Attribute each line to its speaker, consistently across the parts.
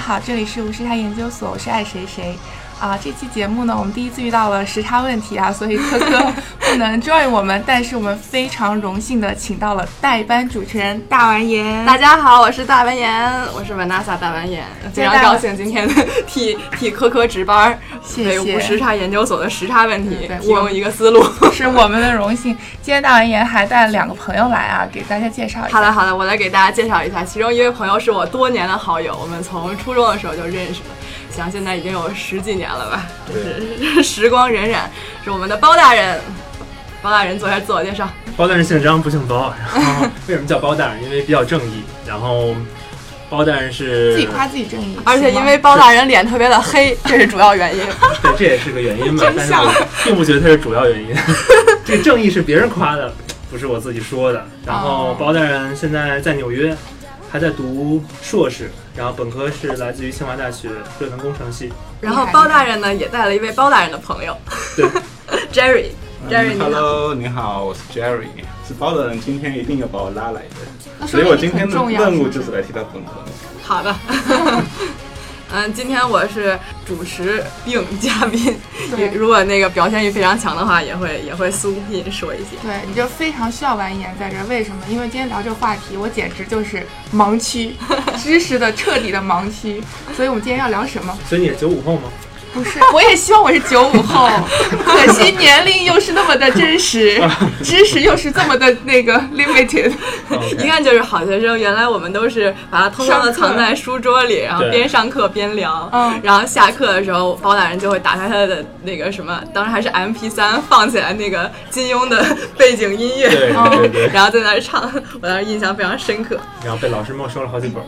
Speaker 1: 好，这里是无时差研究所，我是爱谁谁。啊，这期节目呢，我们第一次遇到了时差问题啊， 所以科科不能 join 我们，但是我们非常荣幸的请到了代班主持人大完 颜。
Speaker 2: 大家好，我是大完颜，我是文娜萨大完颜，非常高兴今天替替科科值班，
Speaker 1: 谢
Speaker 2: 对
Speaker 1: 谢
Speaker 2: 无时差研究所的时差问题
Speaker 1: 对对
Speaker 2: 提供一个思路。
Speaker 1: 是我们的荣幸。今天大完颜还带了两个朋友来啊，给大家介绍一下。
Speaker 2: 好的好的，我来给大家介绍一下，其中一位朋友是我多年的好友，我们从初中的时候就认识了，想现在已经有十几年了吧，真是 时光荏苒，是我们的包大人。包大人做一下自我介绍，
Speaker 3: 包大人姓张不姓包， 然后
Speaker 1: 啊
Speaker 3: 为什么叫包大人？因为比较正义。然后包大人是
Speaker 1: 自己夸自己正义，
Speaker 2: 而且
Speaker 1: 行吗
Speaker 2: 因为包大人脸特别 的黑，这是主要原因。
Speaker 3: 对，这也是个原因嘛。但是
Speaker 2: 像
Speaker 3: 我并不觉得它是主要原因。这个正义是别人夸的，不是我自己说的。然后
Speaker 1: 哦
Speaker 3: 包大人现在在纽约，还在读硕士，然后本科是来自于清华大学热能工程系。
Speaker 2: 然后包大人呢也带了一位包大人的朋友，
Speaker 3: 对
Speaker 2: Jerry。Jerry，你
Speaker 4: h e l
Speaker 2: 好。
Speaker 4: l o 你好，我是 Jerry，是包的人，今天一定要把我拉来的，
Speaker 1: 那说
Speaker 4: 所以
Speaker 1: 明
Speaker 4: 我
Speaker 1: 你
Speaker 4: 今天
Speaker 1: 很
Speaker 4: 的
Speaker 1: 重要
Speaker 4: 任
Speaker 1: 是
Speaker 4: 务就
Speaker 1: 不是
Speaker 4: 是来替他捧哏。
Speaker 2: 好的。 嗯，今天我是主持并嘉宾，
Speaker 1: 对
Speaker 2: 如果那个表现欲非常强的话，也会也会苏印说一些。
Speaker 1: 对，你就非常需要完颜在这儿。为什么？因为今天聊这个话题，我简直就是盲 区，知识的彻底的盲区。所以我们今天要聊什么？
Speaker 3: 所以你是九五后 吗？
Speaker 1: 不是，我也希望我是九五 后，可惜年龄又是那么的真实，知识又是这么的那个 limited。
Speaker 2: 一
Speaker 3: 哦 OK
Speaker 2: 看就是好学生，原来我们都是把它偷偷
Speaker 1: 上
Speaker 2: 的
Speaker 1: 课
Speaker 2: 藏在书桌里，然后
Speaker 3: 对
Speaker 2: 边上课边聊。
Speaker 1: 嗯
Speaker 2: 然后下课的时候，包大人就会打开他的那个什么，当时还是 M P 三，放起来那个金庸的 背景音乐，
Speaker 3: 对对对
Speaker 1: 哦
Speaker 2: 然后在那儿唱，我当时印象非常深刻。
Speaker 3: 然后被老师没收了好几本。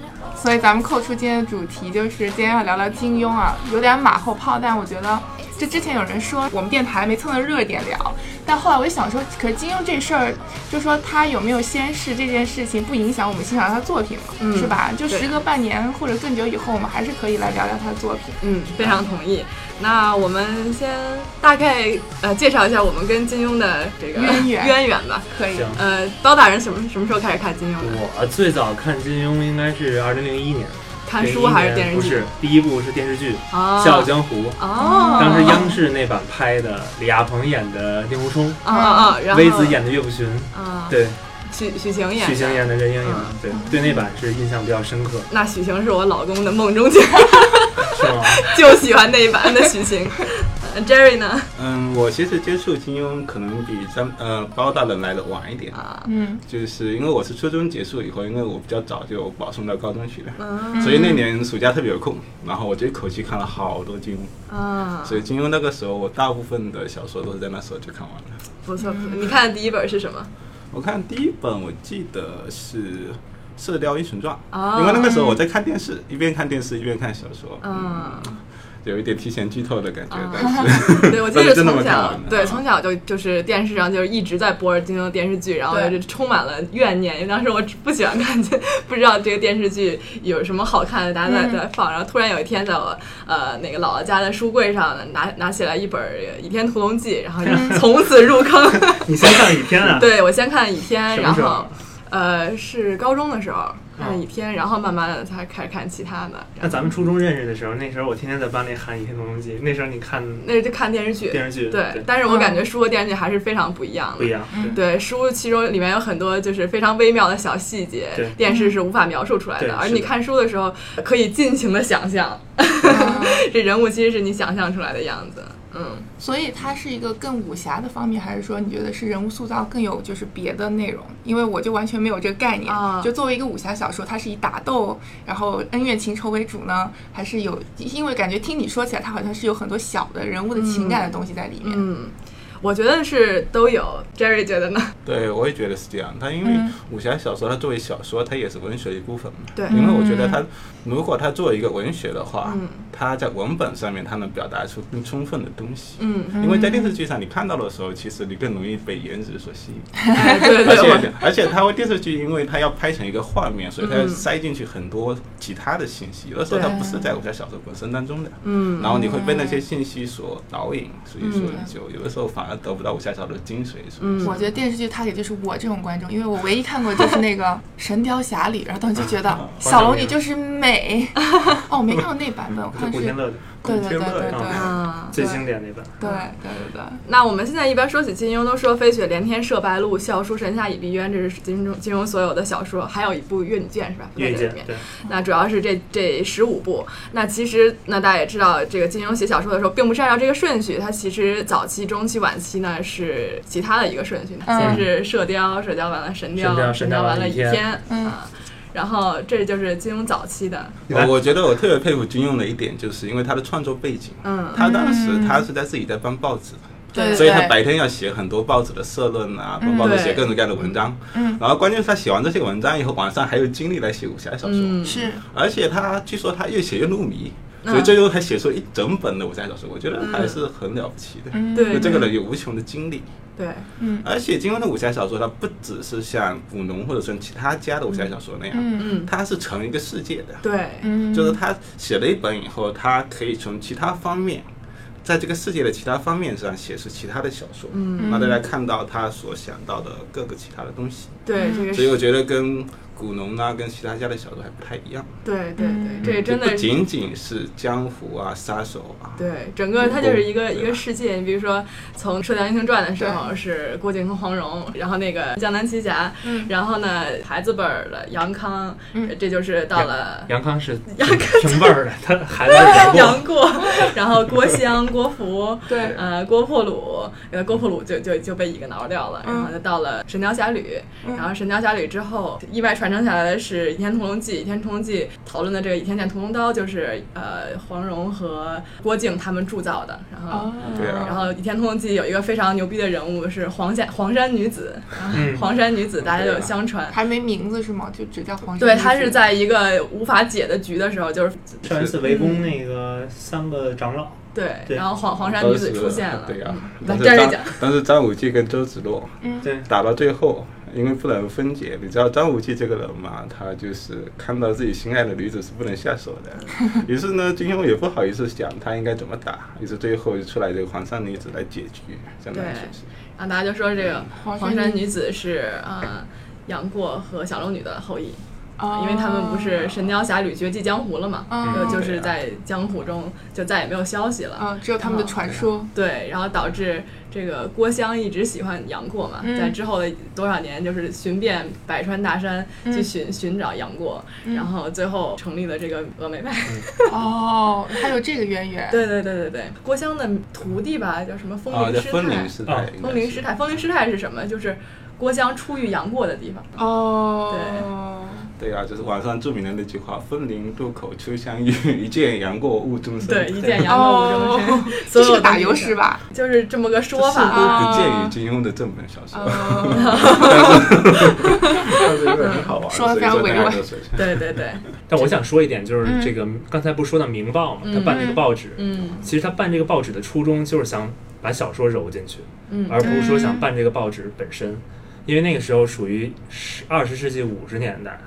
Speaker 1: 所以咱们扣出今天的主题，就是今天要聊聊金庸啊，有点马后炮，但我觉得这之前有人说我们电台没蹭到热点聊，但后来我就想说，可是金庸这事儿，就说他有没有先世这件事情，不影响我们欣赏他的作品嘛，
Speaker 2: 嗯
Speaker 1: 是吧？就
Speaker 2: 对
Speaker 1: 时隔半年或者更久以后，我们还是可以来聊聊他的作品。
Speaker 2: 嗯，非常同意。那我们先大概呃介绍一下我们跟金庸的这个
Speaker 1: 渊源
Speaker 2: 渊源吧。
Speaker 1: 可以，
Speaker 3: 行，
Speaker 2: 呃，包大人什么什么时候开始看金庸
Speaker 1: 嗯
Speaker 2: 的？
Speaker 3: 我最早看金庸应该是二零零一年，
Speaker 2: 看书还是电视剧？
Speaker 3: 不是，第一部是电视剧
Speaker 2: 啊
Speaker 3: 《笑傲江湖》。
Speaker 2: 哦，
Speaker 3: 当时央视那版拍的，李亚鹏演的令狐冲，
Speaker 2: 啊啊啊，然后
Speaker 3: 嗯微子演的岳不群，
Speaker 2: 啊，，
Speaker 3: 对，
Speaker 2: 许许晴演，
Speaker 3: 许晴。演的任盈盈
Speaker 2: 嗯，
Speaker 3: 对对那版是印象比较深刻，
Speaker 2: 那许晴是我老公的梦中情，
Speaker 3: 是吗？
Speaker 2: 就喜欢那一版的许晴。呃 Jerry 呢？
Speaker 4: 嗯，我其实接触金庸可能比张呃包大人来的晚一点，
Speaker 2: 啊，
Speaker 1: 嗯，
Speaker 4: 就是因为我是初中结束以后，因为我比较早就保送到高中去了。
Speaker 2: 嗯
Speaker 4: 所以那年暑假特别有空，然后我就一口气看了好多金庸，
Speaker 2: 啊，
Speaker 4: 所以金庸那个时候我大部分的小说都是在那时候就看完了。
Speaker 2: 不错不错。你看的第一本是什么？
Speaker 4: 我看第一本我记得是《射雕英雄传》
Speaker 2: 哦
Speaker 4: 因为那个时候我在看电视，一边看电视一边看小说，
Speaker 2: 嗯，
Speaker 4: 有一点提前剧透的感觉，
Speaker 2: 啊
Speaker 4: 但是
Speaker 2: 对，我记得
Speaker 4: 但真的
Speaker 2: 从
Speaker 4: 没看
Speaker 2: 小
Speaker 4: 完的
Speaker 2: 对从小就就是电视上就是一直在播着金庸的电视剧，然后就
Speaker 1: 对
Speaker 2: 是充满了怨念，因为当时我只不喜欢看，就不知道这个电视剧有什么好看的，大家在
Speaker 1: 嗯
Speaker 2: 在放。然后突然有一天，在我呃那个姥姥家的书柜上拿拿起来一本《倚天屠龙记》，然后就
Speaker 1: 嗯
Speaker 2: 从此入 坑。
Speaker 3: 你先看倚天啊，
Speaker 2: 对我先看《倚天》，
Speaker 3: 什
Speaker 2: 然
Speaker 3: 么时
Speaker 2: 后
Speaker 3: 候嗯
Speaker 2: 呃是高中的时候看《倚天》，然后慢慢的才开始看其他的。
Speaker 3: 那咱们初中认识的时候，那时候我天天在班里喊《倚天屠龙记》，那时候你看
Speaker 2: 那就看电视剧，
Speaker 3: 电视剧
Speaker 2: 对
Speaker 3: 对，
Speaker 2: 但是我
Speaker 1: 嗯
Speaker 2: 感觉书和电视剧还是非常不一样的
Speaker 3: 不一。样，
Speaker 2: 对，书其中里面有很多就是非常微妙的小细节
Speaker 3: 对，
Speaker 2: 电视是无法描述出来
Speaker 3: 对
Speaker 2: 的。而
Speaker 3: 是的
Speaker 2: 你看书的时候，可以尽情的想象，
Speaker 1: 嗯
Speaker 2: 这人物其实是你想象出来的样子。嗯，
Speaker 1: 所以它是一个更武侠的方面，还是说你觉得是人物塑造更有就是别的内容？因为我就完全没有这个概念。
Speaker 2: 啊
Speaker 1: 就作为一个武侠小说，它是以打斗，然后恩怨情仇为主呢，还是有？因为感觉听你说起来，它好像是有很多小的人物的情感的东西在里面。
Speaker 2: 嗯，我觉得是都有。Jerry 觉得呢？
Speaker 4: 对，我也觉得是这样。它因为
Speaker 1: 嗯
Speaker 4: 武侠小说，它作为小说，它也是文学一部分嘛。
Speaker 2: 对
Speaker 4: 因为我觉得它，如果它作为一个文学的话
Speaker 2: 嗯，
Speaker 4: 它在文本上面它能表达出更充分的东西。
Speaker 2: 嗯，
Speaker 4: 因为在电视剧上你看到的时候，其实你更容易被颜值所吸引，
Speaker 2: 哎 对
Speaker 4: 而
Speaker 2: 对，我
Speaker 4: 且而且它会电视剧，因为它要拍成一个画面，所以它要塞进去很多其他的信息，有的时候它
Speaker 2: 对
Speaker 4: 不是在武侠小说本身当中的。
Speaker 2: 嗯
Speaker 4: 然后你会被那些信息所导引，所以说
Speaker 2: 嗯
Speaker 4: 就有的时候反而而得不到武侠小说的精髓。是吧
Speaker 2: 嗯
Speaker 1: 我觉得电视剧它给就是我这种观众，因为我唯一看过就是那个《神雕侠侣》，然后当时就觉得小龙女就是 美。哦，我没看过那版本，我看的是
Speaker 3: 就古天乐的
Speaker 1: 对对对对对
Speaker 2: 啊。
Speaker 3: 最经典那版。
Speaker 1: 对对对对。
Speaker 2: 那我们现在一般说起金庸，都说“飞雪连天射白鹿，笑书神侠倚碧鸳”，这是金庸金庸所有的小说，还有一部《越女剑》是吧？不在
Speaker 3: 越
Speaker 2: 这
Speaker 3: 界
Speaker 2: 里面。
Speaker 3: 对，
Speaker 2: 那主要是这这十五部。那其实那大家也知道，这个金庸写小说的时候，并不是按照这个顺序，它其实早期、中期、晚期呢是其他的一个顺序，
Speaker 1: 嗯
Speaker 2: 先是《射雕》，《射雕》完了《神雕》，
Speaker 3: 神雕
Speaker 2: 《
Speaker 3: 神雕
Speaker 2: 雕》
Speaker 3: 完
Speaker 2: 完
Speaker 3: 了
Speaker 2: 了
Speaker 3: 倚
Speaker 2: 倚
Speaker 3: 天
Speaker 2: 天，
Speaker 1: 嗯
Speaker 2: 啊，然后这就是金庸早期的，
Speaker 3: 来
Speaker 4: 我我觉得我特别佩服金庸的一点，就是因为他的创作背景，
Speaker 2: 嗯，
Speaker 4: 他当时他是在自己在搬报纸，
Speaker 1: 对
Speaker 4: 所以他白天要写很多报纸的社论啊，
Speaker 1: 嗯
Speaker 4: 帮报纸
Speaker 2: 对
Speaker 4: 写各种各样的文章。
Speaker 1: 嗯，
Speaker 4: 然后关键是他写完这些文章以后，晚上还有精力来写武侠小说，
Speaker 2: 嗯，
Speaker 1: 是
Speaker 4: 而且他据说他越写越入迷，
Speaker 2: 嗯
Speaker 4: 所以最后还写出一整本的武侠小说，我觉得还是很了不起的。
Speaker 1: 嗯
Speaker 2: 对
Speaker 4: 就这个人有无穷的精力，
Speaker 2: 对，
Speaker 1: 嗯
Speaker 4: 而且金庸的武侠小说，它不只是像古龙或者说其他家的武侠小说那样，
Speaker 1: 嗯
Speaker 2: 嗯，
Speaker 4: 它是成一个世界的。
Speaker 2: 对，
Speaker 1: 嗯，
Speaker 4: 就是他写了一本以后，他可以从其他方面，在这个世界的其他方面上写出其他的小说，
Speaker 2: 嗯
Speaker 4: 让大家看到他所想到的各个其他的东西。
Speaker 2: 对，这个
Speaker 4: 所以
Speaker 2: 是，
Speaker 4: 我觉得跟古龙啊，跟其他家的小说还不太一样，
Speaker 2: 对对对
Speaker 1: 嗯，
Speaker 2: 这个真
Speaker 4: 就
Speaker 2: 的
Speaker 4: 不
Speaker 2: 是。
Speaker 4: 仅仅是江湖啊、杀手啊，
Speaker 2: 对，整个它就是一个
Speaker 4: 对吧
Speaker 2: 一个世界。你比如说，从《射雕英雄传》的时候是郭靖和黄蓉，然后那个江南七侠，
Speaker 1: 嗯
Speaker 2: 然后呢孩子辈儿的杨康，
Speaker 1: 嗯
Speaker 2: 这就是到了
Speaker 3: 杨康是
Speaker 2: 杨
Speaker 3: 什么味儿的？他 孩子是杨
Speaker 2: 杨过，然后郭襄、郭芙，
Speaker 1: 对
Speaker 2: 呃，郭破鲁，呃，郭破鲁就就就被一个挠掉了，
Speaker 1: 嗯
Speaker 2: 然后就到了《神雕侠侣》
Speaker 1: 嗯
Speaker 2: 然后《神雕侠侣》之后，意外传承下来的是《倚天屠龙记》，《倚天屠龙记》讨论的这个《倚天剑屠龙刀》就是呃黄蓉和郭靖他们铸造的，然后。
Speaker 1: 哦，
Speaker 4: 对啊
Speaker 2: 然后《倚天屠龙记》有一个非常牛逼的人物是黄山黄山女子，啊
Speaker 3: 嗯
Speaker 2: 黄山女子大家都有
Speaker 4: 对啊
Speaker 2: 相传，
Speaker 1: 还没名字是吗？就只叫黄山
Speaker 2: 对
Speaker 1: 之
Speaker 2: 她
Speaker 1: 子
Speaker 2: 是在一个无法解的局的时候，就是
Speaker 3: 过，上一次围攻那个三个长老，
Speaker 2: 对，
Speaker 3: 对
Speaker 2: 然后黄黄山
Speaker 4: 都
Speaker 2: 女
Speaker 4: 是
Speaker 2: 子出现了，
Speaker 4: 对呀、
Speaker 2: 嗯
Speaker 4: 但
Speaker 2: 来
Speaker 4: 是
Speaker 2: 站着
Speaker 4: 张
Speaker 2: 讲，
Speaker 4: 但是张无忌跟周芷若
Speaker 2: 嗯
Speaker 3: 对，
Speaker 4: 打到最后，因为不能分解，你知道张无忌这个人嘛，他就是看到自己心爱的女子是不能下手的，于是呢，金庸也不好意思想他应该怎么打，于是最后就出来这个黄山女子来解局，相当于就是。
Speaker 2: 然后啊大家就说这个
Speaker 1: 黄
Speaker 2: 黄
Speaker 1: 山
Speaker 2: 山女子是呃杨过和小龙女的后裔，
Speaker 1: 哦
Speaker 2: 因为他们不是《神雕侠侣》绝迹江湖了嘛，
Speaker 1: 哦
Speaker 2: 就就是
Speaker 4: 对啊
Speaker 2: 在江湖中就再也没有消息了。
Speaker 1: 啊，只有他们的传说。
Speaker 2: 对，然后导致这个郭襄一直喜欢杨过嘛，
Speaker 1: 嗯
Speaker 2: 在之后的多少年，就是寻遍百川大山去
Speaker 1: 嗯
Speaker 2: 寻、寻找杨过，
Speaker 1: 嗯
Speaker 2: 然后最后成立了这个峨眉派。
Speaker 4: 嗯
Speaker 1: 哦，还有这个渊源。
Speaker 2: 对对对对对，郭襄的徒弟吧，叫什么风
Speaker 4: 啊，
Speaker 2: 铃
Speaker 4: 叫
Speaker 2: 师太？
Speaker 4: 风铃师
Speaker 3: 啊
Speaker 4: 太，应该
Speaker 2: 风铃
Speaker 4: 是
Speaker 2: 师太，风铃师太是什么？就是郭襄出狱杨过的地方。
Speaker 1: 哦，
Speaker 4: 对啊，就是网上著名的那句话：“风铃渡口秋香遇，一见杨过误终身。”
Speaker 2: 对，一见
Speaker 1: 对
Speaker 2: 杨过无中
Speaker 1: 哦 这
Speaker 2: 身，所
Speaker 1: 是
Speaker 2: 有
Speaker 1: 个
Speaker 2: 的
Speaker 1: 打
Speaker 2: 那
Speaker 1: 油诗？吧？
Speaker 2: 就是这么个说
Speaker 4: 这似
Speaker 2: 法。啊
Speaker 4: 乎不见于金庸的正本小说，
Speaker 1: 啊哦，
Speaker 4: 但是这个很好玩，
Speaker 1: 说得
Speaker 4: 所以
Speaker 1: 非常
Speaker 4: 大家
Speaker 1: 委婉
Speaker 4: 都水平
Speaker 2: 对对对，
Speaker 3: 但我想说一点，就
Speaker 1: 嗯
Speaker 3: 是这个刚才不是说到《明报》嘛，
Speaker 2: 嗯
Speaker 3: 他办这个报纸，
Speaker 2: 嗯
Speaker 3: 其实他办这个报纸的初衷就是想把小说揉进去，
Speaker 2: 嗯
Speaker 3: 而不是说想办这个报纸本身，因为那个时候属于十二十世纪五十年代，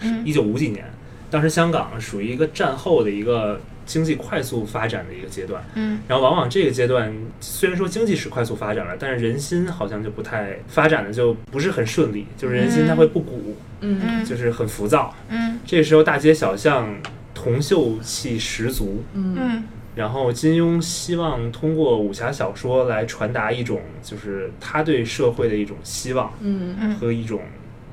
Speaker 1: 嗯
Speaker 3: 一九五几年，当时香港属于一个战后的一个经济快速发展的一个阶段。
Speaker 1: 嗯
Speaker 3: 然后往往这个阶段，虽然说经济是快速发展了，但是人心好像就不太发展的就不是很顺利，就是人心它会不鼓，
Speaker 2: 嗯
Speaker 1: 嗯
Speaker 3: 就是很浮躁。
Speaker 1: 嗯
Speaker 3: 这时候大街小巷铜臭气十足，
Speaker 2: 嗯
Speaker 1: 嗯
Speaker 3: 然后金庸希望通过武侠小说来传达一种就是他对社会的一种希望
Speaker 2: 嗯
Speaker 1: 嗯
Speaker 3: 和一种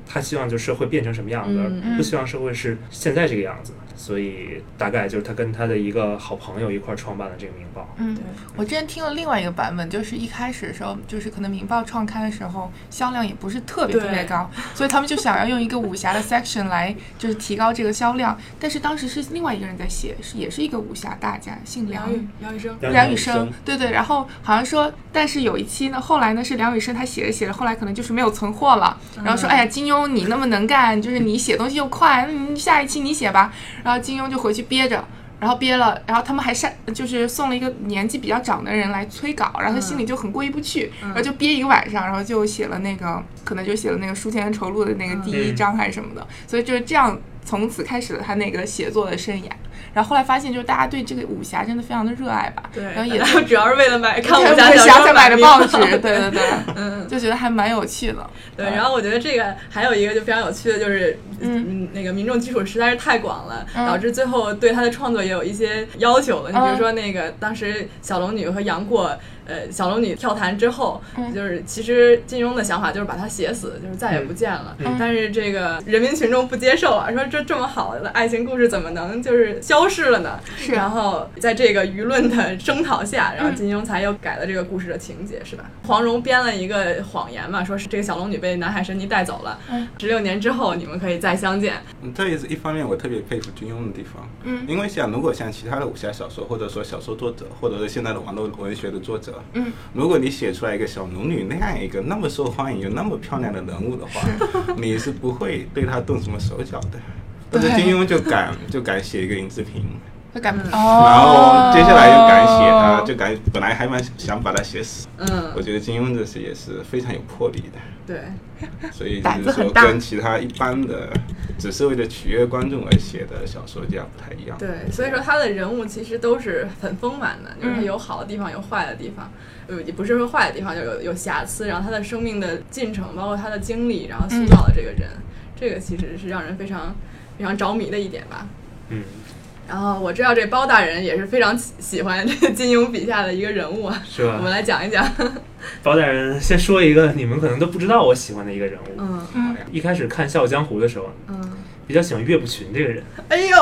Speaker 3: 他希望就社会变成什么样子，
Speaker 2: 嗯
Speaker 1: 嗯
Speaker 3: 而不希望社会是现在这个样子。所以大概就是他跟他的一个好朋友一块儿创办了这个《明报》。
Speaker 1: 嗯
Speaker 2: 对。
Speaker 1: 我之前听了另外一个版本，就是一开始的时候，就是可能《明报》创刊的时候销量也不是特别
Speaker 2: 对
Speaker 1: 特别高，所以他们就想要用一个武侠的 section 来就是提高这个销量。但是当时是另外一个人在写，是也是一个武侠大家，姓梁
Speaker 2: 梁羽梁羽生，
Speaker 1: 梁
Speaker 3: 羽
Speaker 1: 羽生，对对，然后好像说，但是有一期呢，后来呢是梁羽生他写着写着，后来可能就是没有存货了，然后说，
Speaker 2: 嗯
Speaker 1: 哎呀，金庸你那么能干，就是你写东西又快，嗯，下一期你写吧。然后金庸就回去憋着，然后憋了，然后他们还上就是送了一个年纪比较长的人来催稿，然后他心里就很过意不去，然后就憋一个晚上，然后就写了那个，可能就写了那个《书剑恩仇录》的那个第一
Speaker 3: 嗯
Speaker 1: 章还是什么的，所以就是这样，从此开始了他那个写作的生涯。然后后来发现，就是大家对这个武侠真的非常的热爱吧，
Speaker 2: 对，
Speaker 1: 然后也
Speaker 2: 大家主要是为了买看武
Speaker 1: 看
Speaker 2: 侠
Speaker 1: 武侠才
Speaker 2: 说
Speaker 1: 买的报纸，
Speaker 2: 名
Speaker 1: 对对对，
Speaker 2: 嗯。
Speaker 1: 就觉得还蛮有趣的。
Speaker 2: 对，然后我觉得这个还有一个就非常有趣的，就是
Speaker 1: 嗯
Speaker 2: 嗯，那个民众基础实在是太广了，
Speaker 1: 嗯
Speaker 2: 导致最后对他的创作也有一些要求了。你比
Speaker 1: 嗯
Speaker 2: 如说那个当时小龙女和杨过，呃，小龙女跳潭之后，
Speaker 1: 嗯
Speaker 2: 就是其实金庸的想法就是把她写死，就是再也不见了。
Speaker 1: 嗯
Speaker 2: 但是这个人民群众不接受啊，说这这么好的爱情故事怎么能就是消失了呢？
Speaker 1: 是嗯
Speaker 2: 然后在这个舆论的声讨下，然后金庸才又改了这个故事的情节，是吧？黄蓉编了一个谎言嘛，说是这个小龙女被南海神尼带走了
Speaker 1: 嗯，
Speaker 2: 十六年之后你们可以再相见。
Speaker 4: 嗯这也是一方面我特别佩服金庸的地方，
Speaker 1: 嗯
Speaker 4: 因为像如果像其他的武侠小说，或者说小说作者，或者是现在的网络文学的作者，
Speaker 1: 嗯，
Speaker 4: 如果你写出来一个小龙女那样一个那么受欢迎又那么漂亮的人物 的话，你是不会对她动什么手脚的。但是
Speaker 1: 对
Speaker 4: 金庸就敢就敢写一个尹志平，
Speaker 1: 就感
Speaker 2: 嗯
Speaker 1: 哦，
Speaker 4: 然后接下来又敢写她，就敢本来还蛮想把她写死。我
Speaker 2: 嗯，
Speaker 4: 觉得金庸这是也是非常有魄力的。
Speaker 2: 对，
Speaker 4: 所以
Speaker 1: 胆
Speaker 4: 就
Speaker 1: 子
Speaker 4: 是
Speaker 1: 很
Speaker 4: 说
Speaker 1: 大
Speaker 4: 跟其他一般的只是为了取悦观众而写的小说家不太一样。
Speaker 2: 对，所以说他的人物其实都是很丰满的，就是他
Speaker 1: 嗯
Speaker 2: 有好的地方，有坏的地方，呃，也不是说坏的地方，就有有瑕疵。然后他的生命的进程，包括他的经历，然后塑造了这个人，这个其实是让人非常非常着迷的一点吧。
Speaker 3: 嗯，
Speaker 2: 然后我知道这包大人也是非常喜喜欢这个金庸笔下的一个人物啊，
Speaker 3: 是吧
Speaker 2: 我们来讲 一讲。
Speaker 3: 包大人先说一个你们可能都不知道我喜欢的一个人物。
Speaker 2: 嗯
Speaker 1: 嗯
Speaker 3: 一开始看《笑傲江湖》的时候，
Speaker 2: 嗯，
Speaker 3: 比较喜欢岳不群这个人，
Speaker 2: 哎呦，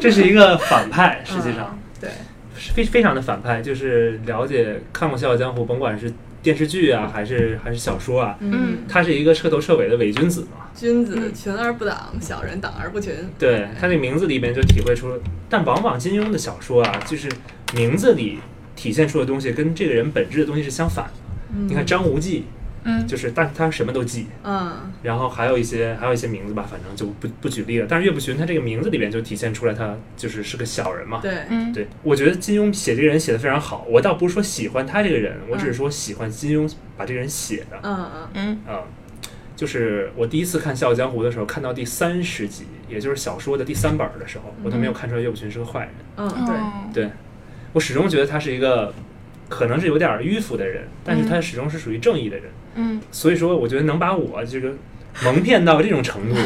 Speaker 3: 这是一个反派，实际上
Speaker 2: 对，
Speaker 3: 是非非常的反派，就是了解看过《笑傲江湖》，甭管是电视剧啊，还是还是小说啊，
Speaker 1: 嗯，
Speaker 3: 他是一个彻头彻尾的伪君子嘛。
Speaker 2: 君子群而不党，小人党而不群。
Speaker 3: 对他那名字里边就体会出，但往往金庸的小说啊，就是名字里体现出的东西跟这个人本质的东西是相反的。
Speaker 2: 嗯
Speaker 3: 你看，张无忌，
Speaker 1: 嗯
Speaker 3: 就是但他什么都记，
Speaker 2: 嗯
Speaker 3: 然后还有一些还有一些名字吧，反正就不不举例了。但是岳不群他这个名字里边就体现出来，他就是是个小人嘛。
Speaker 2: 对，
Speaker 1: 嗯，
Speaker 3: 对，我觉得金庸写这个人写的非常好。我倒不是说喜欢他这个人，我只是说喜欢金庸把这个人写的。
Speaker 2: 嗯嗯
Speaker 1: 嗯
Speaker 3: 啊、就是我第一次看《笑傲江湖》的时候，看到第三十集，也就是小说的第三本儿的时候，我都没
Speaker 1: 嗯
Speaker 3: 有看出来岳不群是个坏人。
Speaker 2: 嗯，对，
Speaker 1: 哦
Speaker 3: 对我始终觉得他是一个可能是有点儿迂腐的人，但是他
Speaker 1: 嗯
Speaker 3: 始终是属于正义的人。
Speaker 1: 嗯
Speaker 3: 所以说，我觉得能把我这个蒙骗到这种 程度，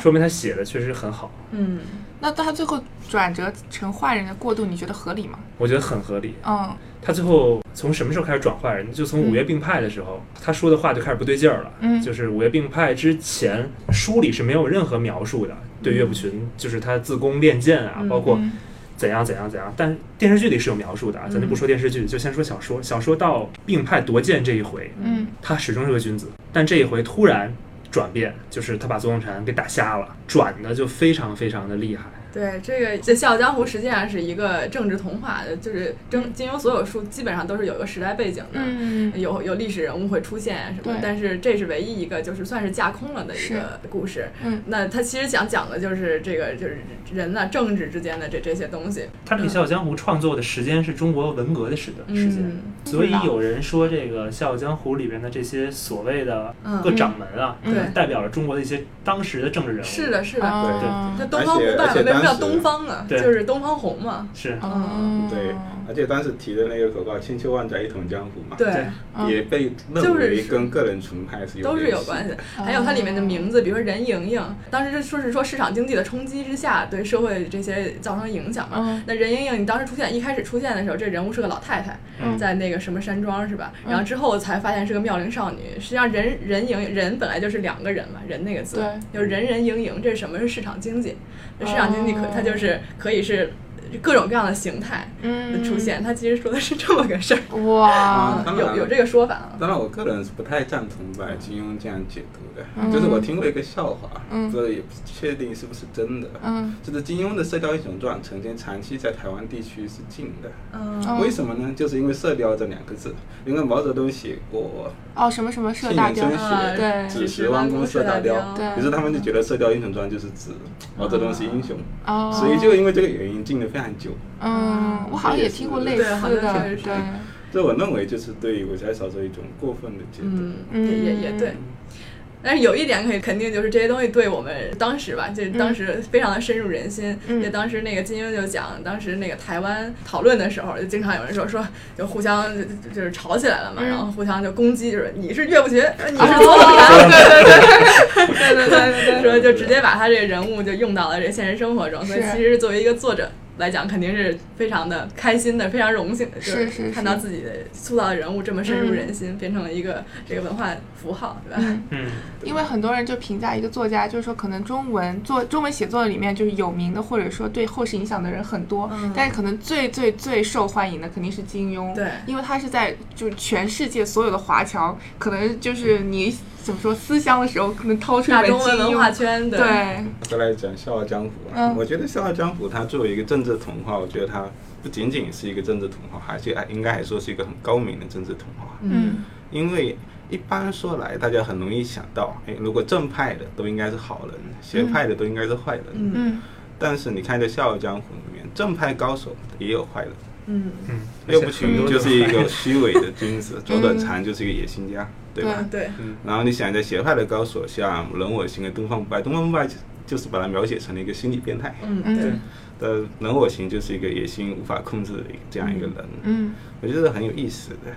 Speaker 3: 说明他写的确实很好，
Speaker 2: 嗯。
Speaker 1: 那他最后转折成坏人的过渡，你觉得合理吗？
Speaker 3: 我觉得很合理。
Speaker 1: 嗯
Speaker 3: 他最后从什么时候开始转坏人？就从
Speaker 1: 嗯
Speaker 3: 五岳并派的时候，他说的话就开始不对劲儿了。
Speaker 1: 嗯
Speaker 3: 就是五岳并派之前，书里是没有任何描述的。对岳不群，就是他自宫练剑啊，
Speaker 2: 嗯
Speaker 3: 包括
Speaker 1: 嗯
Speaker 3: 怎样怎样怎样。但电视剧里是有描述的啊，咱就不说电视剧，就先说小说。小说到并派夺剑这一回，
Speaker 1: 嗯
Speaker 3: 他始终是个君子，但这一回突然转变，就是他把左宗禅给打瞎了，转的就非常非常的厉害。
Speaker 2: 对，这个这《笑傲江湖》实际上是一个政治童话的，就是真金庸所有书基本上都是有一个时代背景的，
Speaker 1: 嗯
Speaker 2: 有有历史人物会出现什么
Speaker 1: 对
Speaker 2: 的，但是这是唯一一个就是算是架空了的一
Speaker 1: 是
Speaker 2: 个故事。
Speaker 1: 嗯，
Speaker 2: 那他其实想讲的就是这个就是人呐、政治之间的这这些东西。
Speaker 3: 他这个《笑傲江湖》创作的时间是中国文革的时的时间。
Speaker 2: 嗯
Speaker 3: 所以有人说，这个《笑傲江湖》里边的这些所谓的
Speaker 2: 嗯
Speaker 3: 各掌门啊，
Speaker 1: 嗯
Speaker 3: 就是
Speaker 2: 对
Speaker 3: 代表了中国的一些当时的政治人物。
Speaker 2: 是，的，是的。
Speaker 1: 哦
Speaker 2: 那东方不败
Speaker 4: 而且
Speaker 2: 为什么叫
Speaker 4: 当时
Speaker 2: 东方呢？
Speaker 3: 对
Speaker 2: 就是东方红嘛。
Speaker 3: 是
Speaker 2: 嗯
Speaker 1: 哦
Speaker 4: 对，而且当时提的那个口号“千秋万载一统江湖”嘛，
Speaker 2: 对，
Speaker 1: 嗯
Speaker 4: 也被认为跟个人崇拜是有
Speaker 2: 都是有
Speaker 4: 系
Speaker 2: 关系。的。
Speaker 1: 哦
Speaker 2: 还有它里面的名字，比如说任盈盈，当时说是说市场经济的冲击之下，对社会这些造成影响嘛
Speaker 1: 嗯。
Speaker 2: 那任盈盈，你当时出现一开始出现的时候，这人物是个老太太，
Speaker 3: 嗯
Speaker 2: 在那个什么山庄是吧？
Speaker 1: 嗯
Speaker 2: 然后之后才发现是个妙龄少女。实际上人，任盈人本来就是两个人嘛，人那个字，
Speaker 1: 对
Speaker 2: 就是人人盈盈，这是什么是市场经济？这市场经济可
Speaker 1: 哦
Speaker 2: 它就是可以是各种各样的形态
Speaker 1: 嗯
Speaker 2: 的出现，它其实说的是这么个事儿。
Speaker 1: 哇
Speaker 4: 啊当然
Speaker 2: 有
Speaker 4: 了
Speaker 2: 有这个说法啊，
Speaker 4: 当然，我个人是不太赞同把金庸这样解读的。
Speaker 1: 嗯
Speaker 4: 就是我听过一个笑话，
Speaker 1: 嗯
Speaker 4: 这也不确定是不是真的。
Speaker 1: 嗯
Speaker 4: 就是金庸的《射雕英雄传》曾经长期在台湾地区是禁的，
Speaker 2: 嗯
Speaker 1: 哦
Speaker 4: 为什么呢？就是因为“射雕”这两个字，因为毛泽东写过
Speaker 1: 哦什么什么社
Speaker 4: 信
Speaker 1: 大
Speaker 4: 远
Speaker 1: 雕
Speaker 4: 村
Speaker 2: 啊
Speaker 4: 学，
Speaker 1: 对
Speaker 4: 子时弯弓射大雕嗯
Speaker 2: 对。
Speaker 4: 于是他们就觉得《射雕英雄传》就是指毛泽东是英雄，
Speaker 1: 哦，
Speaker 4: 所以就因为这个原因禁了非常久。
Speaker 1: 嗯，我好像也听过类似
Speaker 2: 对好像
Speaker 1: 的，
Speaker 2: 确实
Speaker 1: 对，
Speaker 4: 这我认为就是对武侠小说一种过分的解读。
Speaker 2: 嗯，也也也对。但是有一点可以肯定，就是这些东西对我们当时吧，就当时非常的深入人心。
Speaker 1: 嗯
Speaker 2: 就当时那个金庸就讲，当时那个台湾讨论的时候，就经常有人说说就互相就就就是吵起来了嘛，
Speaker 1: 嗯
Speaker 2: 然后互相就攻击，就是你是岳不群，你是左冷禅，对对对对对对对，说就直接把他这个人物就用到了这现实生活中，所以
Speaker 1: 是
Speaker 2: 其实作为一个作者。来讲肯定是非常的开心的，非常荣幸的，就是
Speaker 1: 是
Speaker 2: 看到
Speaker 1: 是
Speaker 2: 自己的塑造的人物这么深入
Speaker 1: 嗯
Speaker 2: 人心，变成了一个这个文化符号，对吧？
Speaker 1: 嗯
Speaker 3: 嗯，
Speaker 1: 因为很多人就评价一个作家，就是说可能中文作中文写作里面就是有名的，或者说对后世影响的人很多，
Speaker 2: 嗯
Speaker 1: 但是可能最最最受欢迎的肯定是金庸，
Speaker 2: 对
Speaker 1: 因为他是在就是全世界所有的华侨，可能就是你怎么说思乡的时候，可能掏出一
Speaker 2: 大
Speaker 1: 本
Speaker 2: 中
Speaker 1: 金
Speaker 2: 文文化
Speaker 1: 庸，
Speaker 2: 圈的，
Speaker 1: 对，
Speaker 4: 再来讲《笑傲江湖》啊
Speaker 1: 嗯
Speaker 4: 我觉得《笑傲江湖》它作为一个政治童话，我觉得它不仅仅是一个政治童话，而且应该还说是一个很高明的政治童话。
Speaker 1: 嗯
Speaker 4: 因为一般说来，大家很容易想到，哎，如果正派的都应该是好人，邪派的都应该是坏人。
Speaker 2: 嗯
Speaker 1: 嗯
Speaker 4: 但是你看这《笑傲江湖》里面，正派高手也有坏人，
Speaker 2: 嗯
Speaker 3: 嗯，
Speaker 4: 岳不
Speaker 3: 很
Speaker 4: 群
Speaker 3: 多的
Speaker 4: 就是一个虚伪的君子，左冷禅就是一个野心家，对吧？
Speaker 1: 对
Speaker 2: 嗯，对，
Speaker 4: 然后你想一下邪派的高手，像人我行的东方不败，东方不败就是把它描写成了一个心理变态，
Speaker 2: 嗯
Speaker 1: 嗯
Speaker 2: 对，
Speaker 4: 呃，人我行就是一个野心无法控制的一个这样一个人，
Speaker 1: 嗯
Speaker 4: 我觉得很有意思的。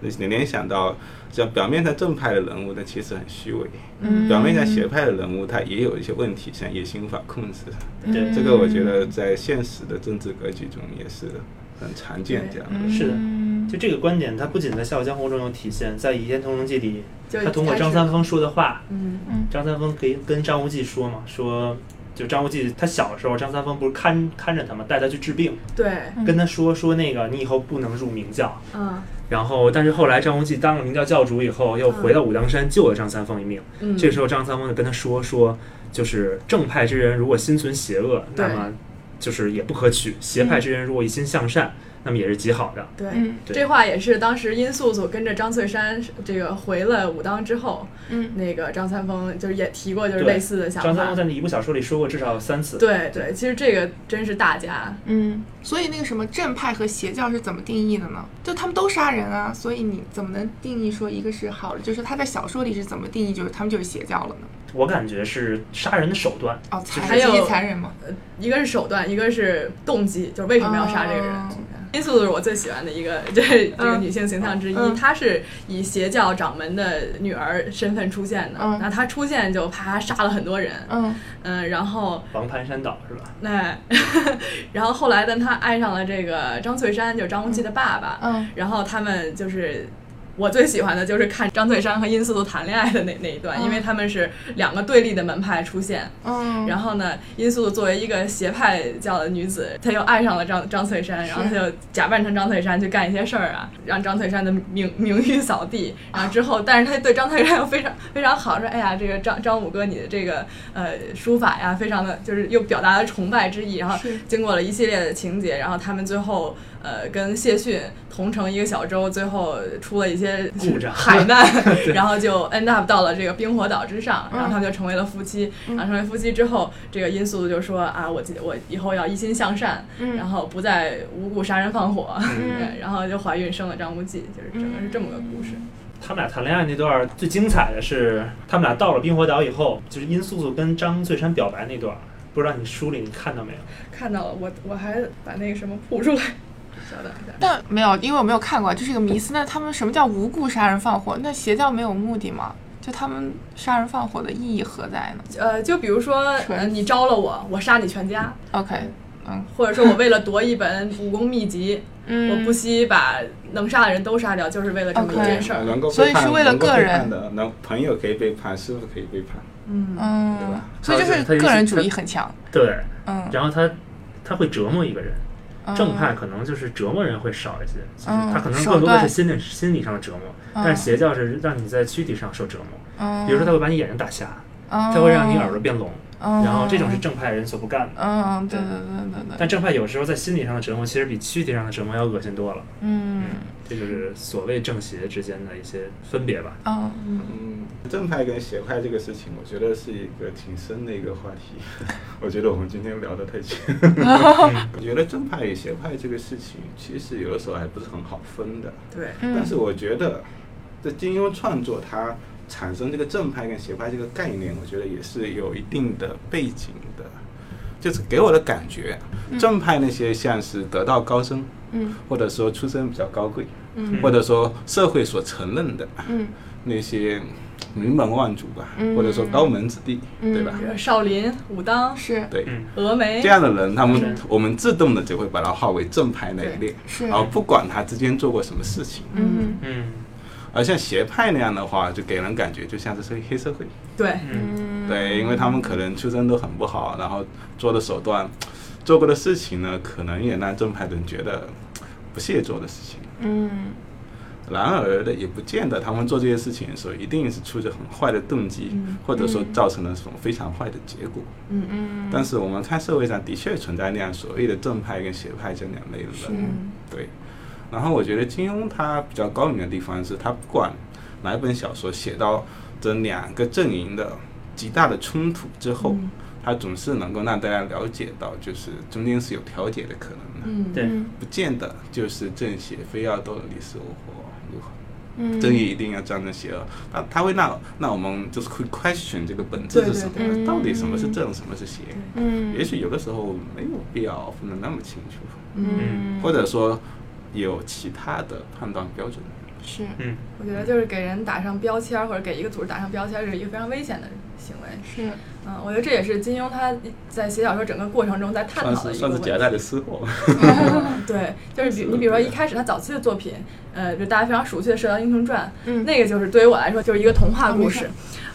Speaker 4: 你联想到，这表面上正派的人物，但其实很虚伪；
Speaker 1: 嗯，
Speaker 4: 表面上邪派的人物，他也有一些问题，像野心无法控制。
Speaker 1: 嗯
Speaker 3: 对
Speaker 4: 这个我觉得在现实的政治格局中也是很常见这样的。
Speaker 3: 是的
Speaker 1: 嗯
Speaker 3: 就这个观点，它不仅在《笑傲江湖》中有体现，在《倚天屠龙记》里，
Speaker 2: 就
Speaker 3: 他通过
Speaker 2: 开始
Speaker 3: 张三丰说的话，
Speaker 2: 嗯
Speaker 3: 张三丰可以跟张无忌说嘛，说就张无忌他小时候，张三丰不是看看着他嘛，带他去治病，
Speaker 2: 对，
Speaker 1: 嗯
Speaker 3: 跟他说说那个你以后不能入明教。
Speaker 2: 嗯
Speaker 3: 啊然后，但是后来张无忌当了明教教主以后，又回到武当山救了张三丰一命。
Speaker 2: 嗯，
Speaker 3: 这时候张三丰就跟他说说，就是正派之人如果心存邪恶，
Speaker 2: 对
Speaker 3: 那么就是也不可取；邪派之人如果一心向善，那么也是极好的。
Speaker 2: 对。
Speaker 1: 嗯
Speaker 3: 对
Speaker 2: 这话也是当时殷素素跟着张翠山这个回了武当之后，
Speaker 1: 嗯
Speaker 2: 那个张三丰就是也提过就是
Speaker 3: 对
Speaker 2: 类似的想
Speaker 3: 张三
Speaker 2: 法
Speaker 3: 丰。在那一部小说里说过至少有三次。
Speaker 2: 对对，其实这个真是大家，
Speaker 1: 嗯，所以那个什么正派和邪教是怎么定义的呢？就他们都杀人啊，所以你怎么能定义说一个是好的？就是他在小说里是怎么定义，就是他们就是邪教了呢？
Speaker 3: 我感觉是杀人的手段。
Speaker 1: 哦，
Speaker 2: 还
Speaker 1: 残
Speaker 2: 有
Speaker 1: 是残忍吗？
Speaker 2: 一个是手段，一个是动机，就是为什么要杀这个人
Speaker 1: 哦。
Speaker 2: 殷素素是我最喜欢的一个 这这个
Speaker 1: 嗯
Speaker 2: 女性形象之一，
Speaker 1: 嗯
Speaker 2: 她是以邪教掌门的女儿身份出现的。
Speaker 1: 嗯
Speaker 2: 那她出现就啪杀了很多人，
Speaker 1: 嗯
Speaker 2: 嗯，然后
Speaker 3: 王盘山岛是吧？
Speaker 2: 那， 然后后来呢，他爱上了这个张翠山，就是张无忌的爸爸。
Speaker 1: 嗯
Speaker 2: 然后他们就是我最喜欢的就是看张翠山和殷素素谈恋爱的那那一段，
Speaker 1: 嗯
Speaker 2: 因为他们是两个对立的门派出现。
Speaker 1: 嗯，
Speaker 2: 然后呢，殷素素作为一个邪派教的女子，她又爱上了张张翠山，然后她就假扮成张翠山去干一些事儿啊，让张翠山的名名誉扫地。然后之后，但是她对张翠山又非常非常好，说哎呀，这个张张五哥你的这个呃书法呀，非常的就是又表达了崇拜之意。然后
Speaker 1: 是
Speaker 2: 经过了一系列的情节，然后他们最后呃跟谢逊同乘一个小舟，最后出了一些
Speaker 3: 故障
Speaker 2: 海难， 然后就 end up 到了这个冰火岛之上，然后
Speaker 1: 嗯
Speaker 2: 他们就成为了夫妻。然后成为夫妻之后，这个殷素素就说啊，我记我以后要一心向善，
Speaker 1: 嗯
Speaker 2: 然后不再无故杀人放火，
Speaker 1: 嗯
Speaker 2: 对然后就怀孕生了张无忌，就是整个是这么个故事。
Speaker 1: 嗯
Speaker 3: 他们俩谈恋爱那段儿最精彩的是，他们俩到了冰火岛以后，就是殷素素跟张翠山表白那段儿。不知道你书里你看到没有？
Speaker 2: 看到了，我我还把那个什么谱出来，稍等一下。
Speaker 1: 但没有，因为我没有看过，这是个迷思。那他们什么叫无故杀人放火？那邪教没有目的吗？就他们杀人放火的意义何在呢
Speaker 2: 呃，就比如说，呃，
Speaker 1: 纯
Speaker 2: 你招了我，我杀你全家，
Speaker 1: ？OK，嗯
Speaker 2: 或者说我为了夺一本武功秘籍，
Speaker 1: 嗯，
Speaker 2: 我不惜把能杀的人都杀掉，就是为了这么一
Speaker 1: OK 嗯
Speaker 2: 件事儿。
Speaker 4: 能够
Speaker 1: 所以
Speaker 4: 背叛
Speaker 1: 是为了
Speaker 4: 能够
Speaker 1: 个
Speaker 4: 背
Speaker 1: 人
Speaker 4: 叛的，能朋友可以背叛，师傅可以背叛。
Speaker 2: 嗯
Speaker 4: 对
Speaker 1: 嗯
Speaker 4: 吧，
Speaker 1: 所以就
Speaker 3: 他
Speaker 1: 是
Speaker 3: 是他就是
Speaker 1: 个人主义很强。
Speaker 3: 对，
Speaker 1: 嗯，
Speaker 3: 然后他他会折磨一个人，
Speaker 1: 嗯
Speaker 3: 正派可能就是折磨人会少一些，就是
Speaker 1: 嗯
Speaker 3: 他可能
Speaker 1: 手
Speaker 3: 更多的
Speaker 1: 段
Speaker 3: 是心理心理上的折磨，
Speaker 1: 嗯
Speaker 3: 但是邪教是让你在躯体上受折磨，
Speaker 1: 嗯，
Speaker 3: 比如说他会把你眼睛打瞎，
Speaker 1: 他
Speaker 3: 他会让你耳朵变聋，
Speaker 1: 嗯，
Speaker 3: 然后这种是正派人所不干的。
Speaker 1: 嗯，对对对对对，
Speaker 3: 但正派有时候在心理上的折磨，其实比躯体上的折磨要恶心多了。
Speaker 1: 嗯
Speaker 3: 这就是所谓正邪之间的一些分别吧。
Speaker 1: 嗯
Speaker 4: 嗯，正派跟邪派这个事情，我觉得是一个挺深的一个话题。 我觉得我们今天聊得太浅。 我觉得正派与邪派这个事情，其实有的时候还不是很好分的。
Speaker 2: 对，
Speaker 1: 嗯，
Speaker 4: 但是我觉得，这金庸创作他产生这个正派跟邪派这个概念，我觉得也是有一定的背景的。就是给我的感觉，正派那些像是得道高僧，
Speaker 1: 嗯
Speaker 4: 或者说出身比较高贵，
Speaker 1: 嗯
Speaker 4: 或者说社会所承认的
Speaker 1: 嗯
Speaker 4: 那些名门望族吧，
Speaker 1: 嗯
Speaker 4: 或者说高门子弟，
Speaker 1: 嗯
Speaker 4: 对吧？
Speaker 2: 少林、武当、
Speaker 1: 是
Speaker 4: 对，
Speaker 3: 嗯
Speaker 2: 峨眉
Speaker 4: 这，样的人，他们
Speaker 3: 是
Speaker 4: 我们自动的就会把他划为正派那一列
Speaker 1: 对，是
Speaker 4: 然后不管他之间做过什么事情。
Speaker 1: 嗯
Speaker 3: 嗯
Speaker 4: 而像邪派那样的话，就给人感觉就像是黑黑社会，
Speaker 2: 对，
Speaker 3: 嗯
Speaker 4: 对，因为他们可能出身都很不好，然后做的手段、做过的事情呢，可能也让正派人觉得不屑做的事情。
Speaker 1: 嗯
Speaker 4: 然而的，也不见得他们做这些事情的时候，一定是出着很坏的动机，或者说造成了什么非常坏的结果。
Speaker 1: 嗯
Speaker 4: 但是我们看社会上的确存在那样所谓的正派跟邪派这两类的
Speaker 1: 嗯
Speaker 4: 人，对。然后我觉得金庸他比较高明的地方是他不管哪一本小说写到这两个阵营的极大的冲突之后，他总是能够让大家了解到，就是中间是有调解的可能的，
Speaker 2: 嗯，
Speaker 3: 对
Speaker 1: 嗯
Speaker 4: 不见得就是正邪非要斗得你死我活如何。
Speaker 1: 嗯
Speaker 4: 正义一定要战胜邪恶，那他会让那我们就是会 question 这个本质是什么，
Speaker 2: 对
Speaker 1: 对对
Speaker 4: 到底什么是正，什么是邪？
Speaker 1: 嗯
Speaker 4: 也许有的时候没有必要分得那么清楚，
Speaker 1: 嗯
Speaker 4: 或者说有其他的判断标准。
Speaker 1: 是
Speaker 3: 嗯
Speaker 2: 我觉得就是给人打上标签儿，或者给一个组织打上标签儿，是一个非常危险的行为。
Speaker 1: 是
Speaker 2: 嗯，我觉得这也是金庸他在写小说整个过程中在探
Speaker 4: 算
Speaker 2: 讨的
Speaker 4: 是
Speaker 2: 一个
Speaker 4: 算是
Speaker 2: 问题。
Speaker 4: 夹带的私货，
Speaker 2: 嗯对，就是比
Speaker 4: 是
Speaker 2: 你比如说
Speaker 4: 对
Speaker 2: 一开始他早期的作品，呃，就大家非常熟悉的《射雕英雄传》，
Speaker 1: 嗯
Speaker 2: 那个就是对于我来说就是一个童话
Speaker 1: 啊
Speaker 2: 故
Speaker 1: 没事
Speaker 2: 事，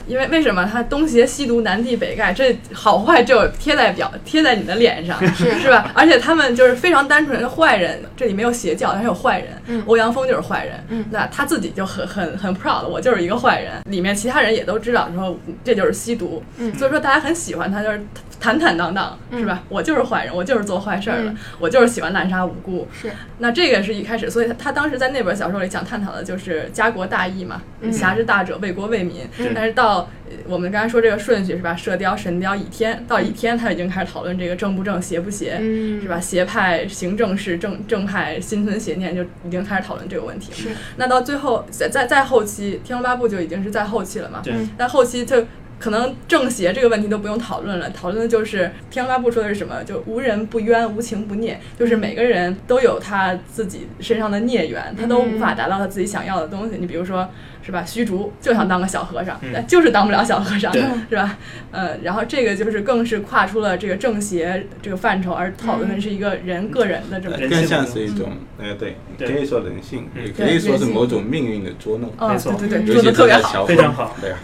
Speaker 2: 因为为什么它东邪西毒南帝北丐，这好坏只有贴在表贴在你的脸上，
Speaker 1: 是
Speaker 2: 是吧？而且他们就是非常单纯的坏人，这里面有邪教，但是有坏人，
Speaker 1: 嗯
Speaker 2: 欧阳锋就是坏人，
Speaker 1: 嗯
Speaker 2: 那他自己就很很很 proud，我就是一个坏人，里面其他人也都知道说这就是吸毒，
Speaker 1: 嗯
Speaker 2: 所以说大家很喜欢他，就是坦坦荡荡，
Speaker 1: 嗯
Speaker 2: 是吧？我就是坏人，我就是做坏事儿的，
Speaker 1: 嗯
Speaker 2: 我就是喜欢滥杀无辜，
Speaker 1: 是
Speaker 2: 那这个是一开始，所以他他当时在那本小说里想探讨的就是家国大义嘛，
Speaker 1: 嗯
Speaker 2: 侠之大者，为国为民。
Speaker 3: 嗯
Speaker 2: 但是到呃我们刚才说这个顺序是吧？射雕、神雕、倚天，到倚天他已经开始讨论这个正不正、邪不邪，
Speaker 1: 嗯
Speaker 2: 是吧？邪派行政事，正正派心存邪念，就已经开始讨论这个问题了。
Speaker 1: 是
Speaker 2: 那到最后，在在在后期，《天龙八部》就已经是在后期了嘛？
Speaker 3: 对
Speaker 1: 嗯
Speaker 2: 但后期就可能正邪这个问题都不用讨论了，讨论的就是《天龙八部》说的是什么，就无人不冤，无情不孽，就是每个人都有他自己身上的孽缘，他都无法达到他自己想要的东西。你比如说，是吧？虚竹就想当个小和尚，
Speaker 3: 嗯
Speaker 2: 但就是当不了小和尚，
Speaker 3: 对
Speaker 2: 是吧？呃，然后这个就是更是跨出了这个正邪这个范畴，而讨论的是一个人个人的这么。
Speaker 3: 人性
Speaker 4: 更像是一种，呃，对，
Speaker 3: 对
Speaker 4: 可以说人性，
Speaker 3: 嗯
Speaker 4: 也可以说是某种命运的捉弄。
Speaker 2: 嗯，
Speaker 3: 没错
Speaker 2: 对对对，说
Speaker 4: 尤其
Speaker 2: 的
Speaker 4: 是
Speaker 2: 特别
Speaker 4: 在
Speaker 2: 好。
Speaker 4: 乔
Speaker 3: 非
Speaker 4: 峰，
Speaker 3: 常好
Speaker 4: 对啊。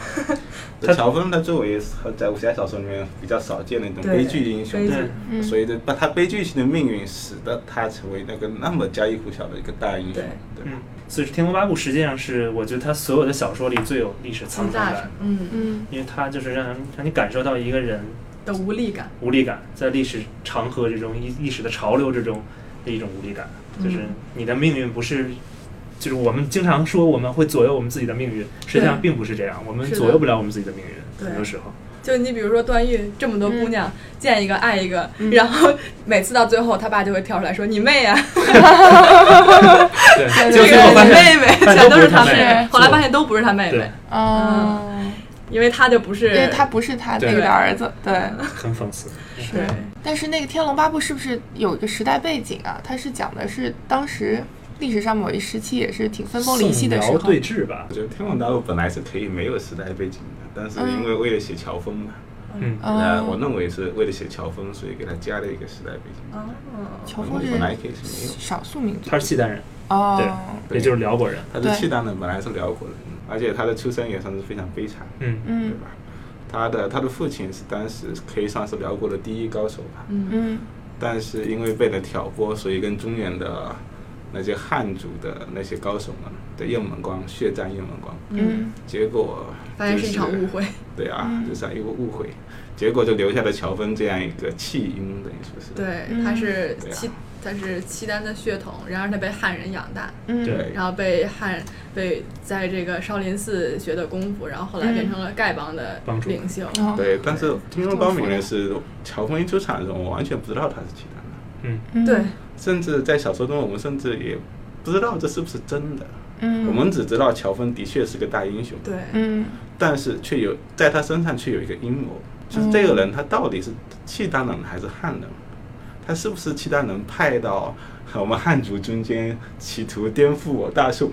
Speaker 3: 他
Speaker 4: 这乔峰他作为在武侠小说里面比较少见的一种
Speaker 2: 对
Speaker 4: 悲剧英雄
Speaker 2: 悲，剧
Speaker 3: 对
Speaker 1: 嗯
Speaker 4: 所以这把他悲剧性的命运使得他成为那个那么家喻户晓的一个大英雄
Speaker 2: 对。
Speaker 4: 对，
Speaker 3: 嗯，所以《天龙八部》实际上是我觉得他所有的小说里最有历史沧
Speaker 2: 很
Speaker 3: 桑
Speaker 2: 大
Speaker 3: 感，，
Speaker 2: 嗯，
Speaker 1: 嗯
Speaker 3: 因为他就是让人让你感受到一个人
Speaker 2: 的无力感，
Speaker 3: 无力感，在历史长河之中、历历史的潮流之中的一种无力感，就是
Speaker 2: 嗯
Speaker 3: 你的命运不是，就是我们经常说我们会左右我们自己的命运，实际上并不是这样，我们
Speaker 2: 是的
Speaker 3: 左右不了我们自己的命运，
Speaker 2: 对
Speaker 3: 很多时候，
Speaker 2: 就你比如说段誉这么多姑娘，见一个爱一个，
Speaker 1: 嗯
Speaker 2: 然后每次到最后，他爸就会跳出来说：“你妹啊，
Speaker 3: 对，
Speaker 1: 对
Speaker 3: 就
Speaker 2: 这
Speaker 1: 对
Speaker 3: 最
Speaker 1: 对
Speaker 3: 后
Speaker 2: 个
Speaker 3: 发
Speaker 2: 你妹
Speaker 3: 现，
Speaker 2: 妹，
Speaker 3: 发现
Speaker 2: 全都
Speaker 3: 都不
Speaker 2: 是
Speaker 3: 是
Speaker 2: 他
Speaker 3: 他
Speaker 2: 妹
Speaker 1: 妹
Speaker 2: 妹。”后来
Speaker 3: 是
Speaker 2: 发现都不是他妹妹
Speaker 3: 对，
Speaker 1: 哦，
Speaker 2: 因为他就不是
Speaker 1: 因为他不是他那
Speaker 3: 对
Speaker 1: 个的儿子，对。
Speaker 3: 很讽刺，
Speaker 2: 对
Speaker 1: 但是那个《天龙八部》是不是有一个时代背景啊？它是讲的是当时历史上某一时期也是挺分崩离析的时
Speaker 3: 宋
Speaker 1: 候
Speaker 3: 辽，对峙吧
Speaker 4: 我，觉得《天龙八部》本来是可以没有时代背景的，但是因为为了写乔峰嘛，
Speaker 3: 嗯，
Speaker 4: 呃，我
Speaker 1: 哦，
Speaker 4: 认为是为了写乔峰，所以给他加了一个时代背景。
Speaker 2: 哦，
Speaker 1: 乔
Speaker 4: 我
Speaker 1: 峰
Speaker 4: 本来
Speaker 1: 是
Speaker 4: 可以是没有，
Speaker 1: 少数民族
Speaker 3: 他是契丹人，
Speaker 1: 哦，
Speaker 3: 也就是辽国人，
Speaker 4: 他
Speaker 1: 对
Speaker 4: 是契丹人，本来是辽国人，而且他的出身也算是非常悲惨，
Speaker 3: 嗯
Speaker 4: 对
Speaker 1: 嗯
Speaker 4: 吧？他的他的父亲是当时可以算是辽国的第一高手吧，
Speaker 2: 嗯，
Speaker 1: 嗯
Speaker 4: 但是因为被人挑拨，所以跟中原的那些汉族的那些高手们的雁门关血战雁门关，
Speaker 1: 嗯
Speaker 4: 结果
Speaker 2: 发现是一场
Speaker 4: 就是
Speaker 2: 误会，
Speaker 4: 对啊
Speaker 1: 嗯，
Speaker 4: 就是一个误会，结果就留下了乔峰这样一个弃婴，等于说是。
Speaker 2: 对，
Speaker 1: 嗯
Speaker 2: 他是
Speaker 4: 对啊
Speaker 2: 契他是契丹的血统，然而他被汉人养大，
Speaker 1: 嗯，
Speaker 3: 对
Speaker 2: 然后被汉被在这个少林寺学的功夫，然后后来
Speaker 1: 嗯
Speaker 2: 变成了丐帮的
Speaker 3: 帮主
Speaker 2: 领袖，
Speaker 1: 哦
Speaker 4: 对，但是听说高明的是乔峰一出场的时候，我完全不知道他是契丹的，
Speaker 3: 嗯，
Speaker 1: 嗯
Speaker 2: 对，
Speaker 4: 甚至在小说中我们甚至也不知道这是不是真的。
Speaker 1: 嗯
Speaker 4: 我们只知道乔峰的确是个大英雄，
Speaker 2: 对，
Speaker 1: 嗯
Speaker 4: 但是却有在他身上却有一个阴谋，
Speaker 2: 嗯
Speaker 4: 就是这个人他到底是契丹人还是汉人？他是不是契丹人派到 我们汉族中间，企图颠覆我大宋？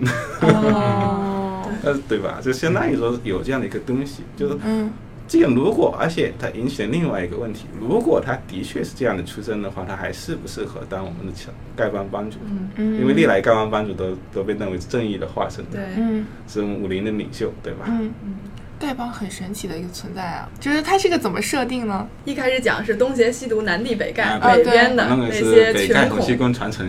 Speaker 1: 哦
Speaker 4: 呃，对吧？就相当于说有这样的一个东西，就是
Speaker 1: 嗯
Speaker 4: 这个如果，而且它引起了另外一个问题，如果他的确是这样的出身的话，他还适不适合当我们的丐帮帮主？
Speaker 2: 嗯，
Speaker 1: 嗯，
Speaker 4: 因为历来丐帮帮主都都被认为是正义的化身，
Speaker 2: 对，
Speaker 1: 嗯
Speaker 4: 是武林的领袖，对吧？
Speaker 1: 嗯丐帮很神奇的一个存在啊，就是它是个怎么设定呢？
Speaker 2: 一开始讲是东邪西毒南帝北丐，
Speaker 4: 啊
Speaker 2: 北
Speaker 1: 对
Speaker 2: 边的
Speaker 4: 那个
Speaker 2: 些
Speaker 4: 是北
Speaker 2: 群
Speaker 4: 丐洪
Speaker 2: 孔，
Speaker 4: 熙公传承，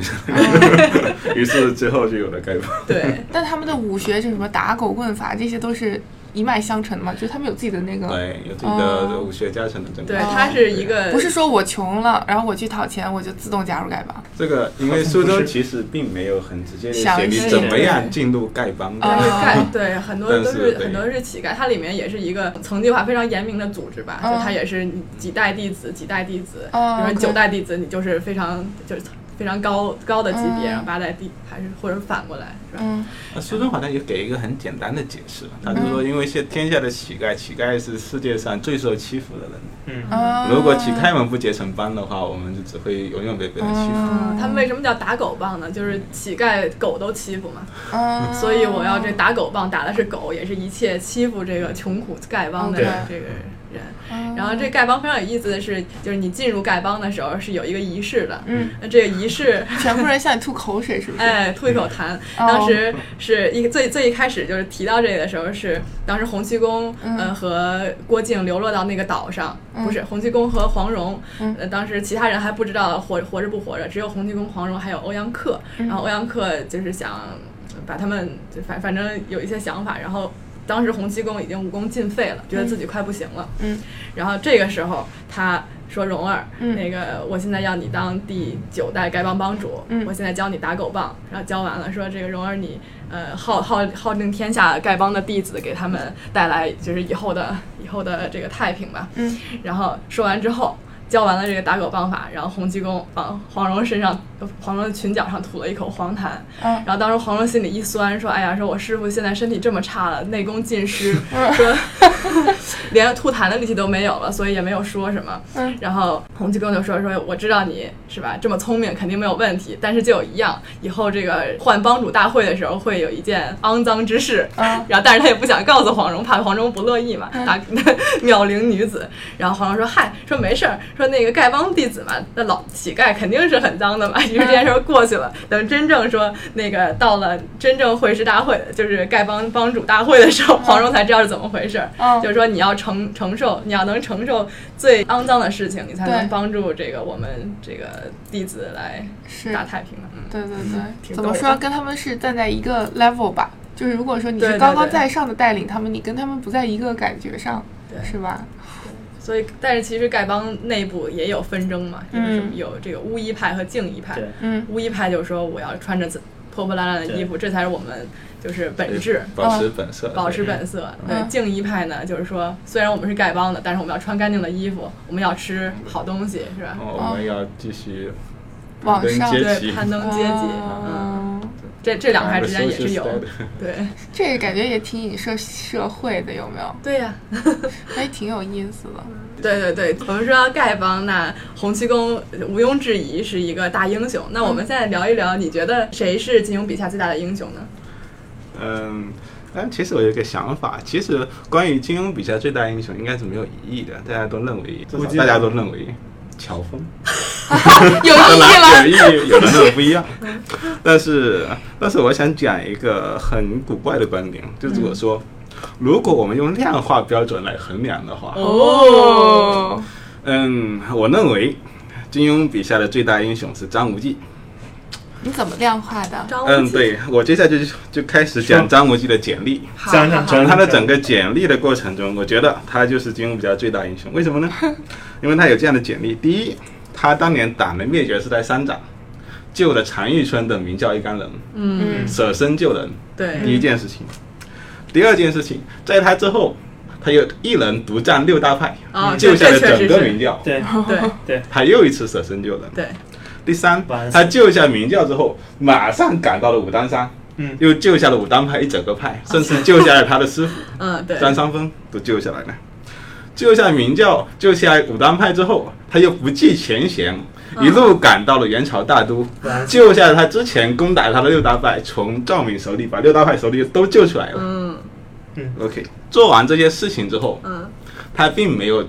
Speaker 4: 于是之后就有了 丐帮。
Speaker 2: 对，
Speaker 1: 但他们的武学是什么打狗棍法，这些都是一脉相承的嘛，就是他们有自己的那个，
Speaker 4: 对，有自己的武学加成的整个。
Speaker 2: 哦对，它是一个
Speaker 1: 哦不是说我穷了，然后我去讨钱，我就自动加入丐帮。
Speaker 4: 这个，因为苏 州其实并没有很直接的写
Speaker 1: 详
Speaker 4: 你
Speaker 1: 细
Speaker 4: 怎么样进入丐帮
Speaker 2: 但是
Speaker 4: 的，
Speaker 1: 啊
Speaker 2: 丐对很多
Speaker 4: 但
Speaker 2: 都
Speaker 4: 是
Speaker 2: 是
Speaker 4: 对
Speaker 2: 很多是乞丐，它里面也是一个层级化非常严明的组织吧，就
Speaker 1: 嗯
Speaker 2: 它也是你几代弟子几代弟子，比
Speaker 1: 哦
Speaker 2: 如说
Speaker 1: OK
Speaker 2: 九代弟子你就是非常就是非常高高的级别，
Speaker 1: 嗯
Speaker 2: 然后八代弟还是或者反过来是吧？
Speaker 1: 嗯
Speaker 4: 那苏州好像也给一个很简单的解释，
Speaker 2: 嗯
Speaker 4: 他就说，因为现天下的乞丐，乞丐是世界上最受欺负的人。
Speaker 3: 嗯，
Speaker 2: 哦
Speaker 1: 啊，
Speaker 4: 如果乞丐们不结成帮的话，我们就只会永远被别人欺负。
Speaker 1: 嗯
Speaker 2: 他们为什么叫打狗棒呢？就是乞丐狗都欺负嘛，
Speaker 1: 嗯，
Speaker 2: 所以我要这打狗棒打的是狗，也是一切欺负这个穷苦丐帮的
Speaker 3: 对
Speaker 2: 这个人。
Speaker 1: 嗯，
Speaker 2: 然后这丐帮非常有意思的是，就是你进入丐帮的时候是有一个仪式的，
Speaker 1: 嗯，
Speaker 2: 那这个仪式。
Speaker 1: 全部人向你吐口水，是不是？
Speaker 2: 哎，吐一口痰。
Speaker 1: 哦
Speaker 2: 当时是一最最一开始就是提到这个的时候是，当时洪七公
Speaker 1: 嗯
Speaker 2: 呃和郭靖流落到那个岛上，
Speaker 1: 嗯
Speaker 2: 不是洪七公和黄蓉
Speaker 1: 嗯，
Speaker 2: 呃当时其他人还不知道活活着不活着，只有洪七公、黄蓉还有欧阳克，
Speaker 1: 嗯
Speaker 2: 然后欧阳克就是想把他们就反反正有一些想法，然后。当时洪七公已经武功尽废了，觉得自己快不行了。
Speaker 1: 嗯，
Speaker 2: 然后这个时候他说：“蓉儿，
Speaker 1: 嗯
Speaker 2: 那个我现在要你当第九代丐帮帮主，
Speaker 1: 嗯
Speaker 2: 我现在教你打狗棒。”然后教完了，说：“这个蓉儿你，呃，号号号令天下丐帮的弟子，给他们带来就是以后的以后的这个太平吧。”
Speaker 1: 嗯，
Speaker 2: 然后说完之后。教完了这个打狗棒法，然后洪七公往黄蓉身上、黄蓉的裙角上吐了一口黄痰，
Speaker 1: 嗯
Speaker 2: 然后当时黄蓉心里一酸，说：“哎呀，说我师傅现在身体这么差了，内功尽失，
Speaker 1: 嗯
Speaker 2: 说连吐痰的力气都没有了，所以也没有说什么。
Speaker 1: 嗯
Speaker 2: 然后洪七公就说：“说我知道你是吧，这么聪明，肯定没有问题。但是就有一样，以后这个换帮主大会的时候会有一件肮脏之事。
Speaker 1: 嗯
Speaker 2: 然后但是他也不想告诉黄蓉，怕黄蓉不乐意嘛，打 妙龄女子。然后黄蓉说：嗨，说没事儿，说那个丐帮弟子嘛，那老乞丐肯定是很脏的嘛。于是这件事儿过去了。等真正说那个到了真正会师大会，就是丐帮帮主大会的时候，黄蓉才知道是怎么回事儿。
Speaker 1: 嗯
Speaker 2: 哎就是说你要承承受，你要能承受最肮脏的事情，你才
Speaker 1: 对
Speaker 2: 能帮助这个我们这个弟子来
Speaker 1: 是
Speaker 2: 打太平嘛。嗯，
Speaker 1: 对对对，
Speaker 2: 挺
Speaker 1: 怎么
Speaker 2: 逗
Speaker 1: 说
Speaker 2: 的
Speaker 1: 跟他们是站在一个 level 吧？就是如果说你
Speaker 2: 对
Speaker 1: 是
Speaker 2: 对
Speaker 1: 高高
Speaker 2: 对
Speaker 1: 在上的带领他们，你跟他们不在一个感觉上，
Speaker 2: 对
Speaker 1: 是吧？
Speaker 2: 所以但是其实丐帮内部也有纷争嘛，就是什么
Speaker 1: 嗯
Speaker 2: 有这个巫医派和净医派。
Speaker 3: 对，
Speaker 1: 嗯
Speaker 2: 巫医派就是说我要穿着破破烂烂的衣服，这才是我们就是本质。
Speaker 4: 保持本色，
Speaker 2: 哦保持本色。
Speaker 1: 嗯
Speaker 2: 对，净一派呢，就是说，虽然我们是丐帮的，但是我们要穿干净的衣服，我们要吃好东西，是吧
Speaker 4: 对。？哦我们要继续
Speaker 1: 往
Speaker 4: 跟
Speaker 1: 上
Speaker 4: 阶
Speaker 1: 对
Speaker 2: 对，
Speaker 4: 级
Speaker 2: 攀登阶级，嗯，
Speaker 1: 哦
Speaker 2: 这这两派之间也是有
Speaker 4: Social，
Speaker 2: 对，
Speaker 1: 这个感觉也挺影射社会的，有没有？
Speaker 2: 对呀、
Speaker 1: 还挺有意思的。
Speaker 2: 对对对，我们说到丐帮，那洪七公呃毋庸置疑是一个大英雄。那我们现在聊一聊，你觉得谁是金庸笔下最大的英雄呢？
Speaker 4: 嗯，但其实我有一个想法，其实关于金庸笔下最大英雄应该是没有疑义的，大家都认为，至
Speaker 3: 估
Speaker 4: 少
Speaker 3: 计
Speaker 4: 大家都认为乔峰。
Speaker 1: 有意义了，
Speaker 4: 有意义，有人的不一样。但是，但是我想讲一个很古怪的观点，就是我说，如果我们用量化标准来衡量的话，
Speaker 1: 哦，
Speaker 4: 嗯，我认为金庸笔下的最大英雄是张无忌。
Speaker 1: 你怎么量化的？
Speaker 2: 张无忌。
Speaker 4: 嗯，对，我接下来就就开始讲张无忌的简历。
Speaker 2: 好，
Speaker 3: 讲讲
Speaker 2: 好
Speaker 3: 张
Speaker 4: 从他的整个简历的过程中，我觉得他就是金庸笔下最大英雄。为 什么呢？因为他有这样的简历：第一，他当年党的灭绝是在三长，救了常遇春等明教一干人，
Speaker 2: 嗯，
Speaker 4: 舍身救人，第
Speaker 2: 对，
Speaker 4: 一件事情。第二件事情，在他之后，他又一人独占六大派，
Speaker 2: 啊
Speaker 4: 救下了
Speaker 2: 这这确
Speaker 4: 整
Speaker 2: 实
Speaker 4: 个
Speaker 2: 是
Speaker 4: 明教。
Speaker 3: 对，
Speaker 2: 对，
Speaker 4: 他又一次舍身救人。
Speaker 2: 对，
Speaker 4: 第三
Speaker 3: 完，
Speaker 4: 他救下明教之后，马上赶到了武当山，
Speaker 3: 嗯
Speaker 4: 又救下了武当派一整个派，甚至救下了他的师傅。
Speaker 2: 嗯，对，
Speaker 4: 张三丰都救下来了，救下明教，救下武当派之后，他又不计前嫌，
Speaker 2: 嗯
Speaker 4: 一路赶到了元朝大都，
Speaker 3: 哇
Speaker 4: 救下了他之前攻打他的六大派，从赵敏手里把六大派手里都救出来了。
Speaker 2: 嗯
Speaker 4: OK，做完这些事情之后，
Speaker 2: 嗯
Speaker 4: 他并没有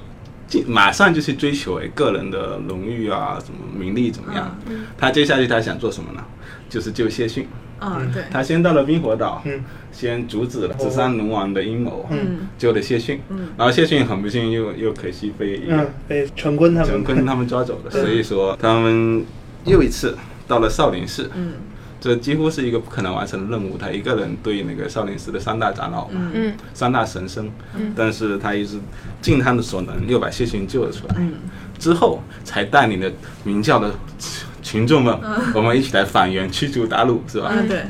Speaker 4: 进马上就去追求哎个人的荣誉啊，什么名利怎么样？他接下去他想做什么呢？就是救谢逊。
Speaker 2: 嗯，对，
Speaker 4: 他先到了冰火岛，
Speaker 3: 嗯
Speaker 4: 先阻止了紫山龙王的阴谋，
Speaker 2: 嗯
Speaker 4: 救了谢逊，
Speaker 2: 嗯
Speaker 4: 然后谢逊很不幸又又可惜被
Speaker 3: 嗯，被陈坤他
Speaker 4: 陈
Speaker 3: 们
Speaker 4: 坤他们抓走了，所以说他们又一次到了少林寺，
Speaker 2: 嗯
Speaker 4: 这几乎是一个不可能完成的任务，他一个人对那个少林寺的三大长老
Speaker 2: 嗯
Speaker 4: 嘛，
Speaker 1: 嗯
Speaker 4: 三大神僧，
Speaker 1: 嗯
Speaker 4: 但是他一直尽他的所能又把谢逊救了出来，
Speaker 2: 嗯
Speaker 4: 之后才带领了明教的群群众们，我们一起来反元驱逐鞑虏，是吧？
Speaker 2: 嗯，对，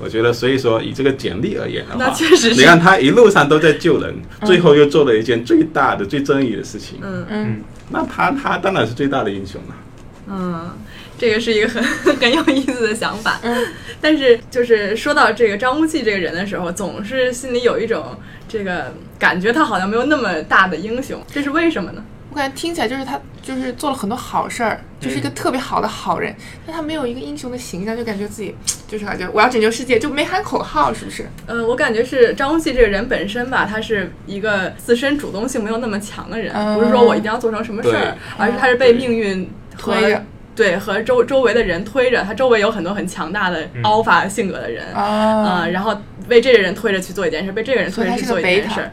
Speaker 4: 我觉得，所以说以这个简历而言的话，
Speaker 2: 那确实是
Speaker 4: 你看他一路上都在救人，最后又做了一件最大的、最正义的事情，
Speaker 2: 嗯
Speaker 1: 嗯
Speaker 4: 那他他当然是最大的英雄了。啊
Speaker 2: 嗯，这个是一个很很有意思的想法。
Speaker 1: 嗯，
Speaker 2: 但是就是说到这个张无忌这个人的时候，总是心里有一种这个感觉，他好像没有那么大的英雄，这是为什么呢？
Speaker 1: 我感觉听起来就是他就是做了很多好事儿，就是一个特别好的好人，但他没有一个英雄的形象，就感觉自己就是感觉我要拯救世界，就没喊口号，是不是？
Speaker 2: 呃，我感觉是张无忌这个人本身吧，他是一个自身主动性没有那么强的人，
Speaker 1: 嗯
Speaker 2: 不是说我一定要做成什么事
Speaker 4: 对
Speaker 2: 儿，而是他是被命运和
Speaker 1: 推着
Speaker 2: 对和周周围的人推着，他周围有很多很强大的
Speaker 4: 嗯
Speaker 2: alpha 性格的人，
Speaker 1: 啊
Speaker 2: 啊、然后被这个人推着去做一件事，被这个人推着去做一件事
Speaker 1: 所以他是个
Speaker 2: 儿。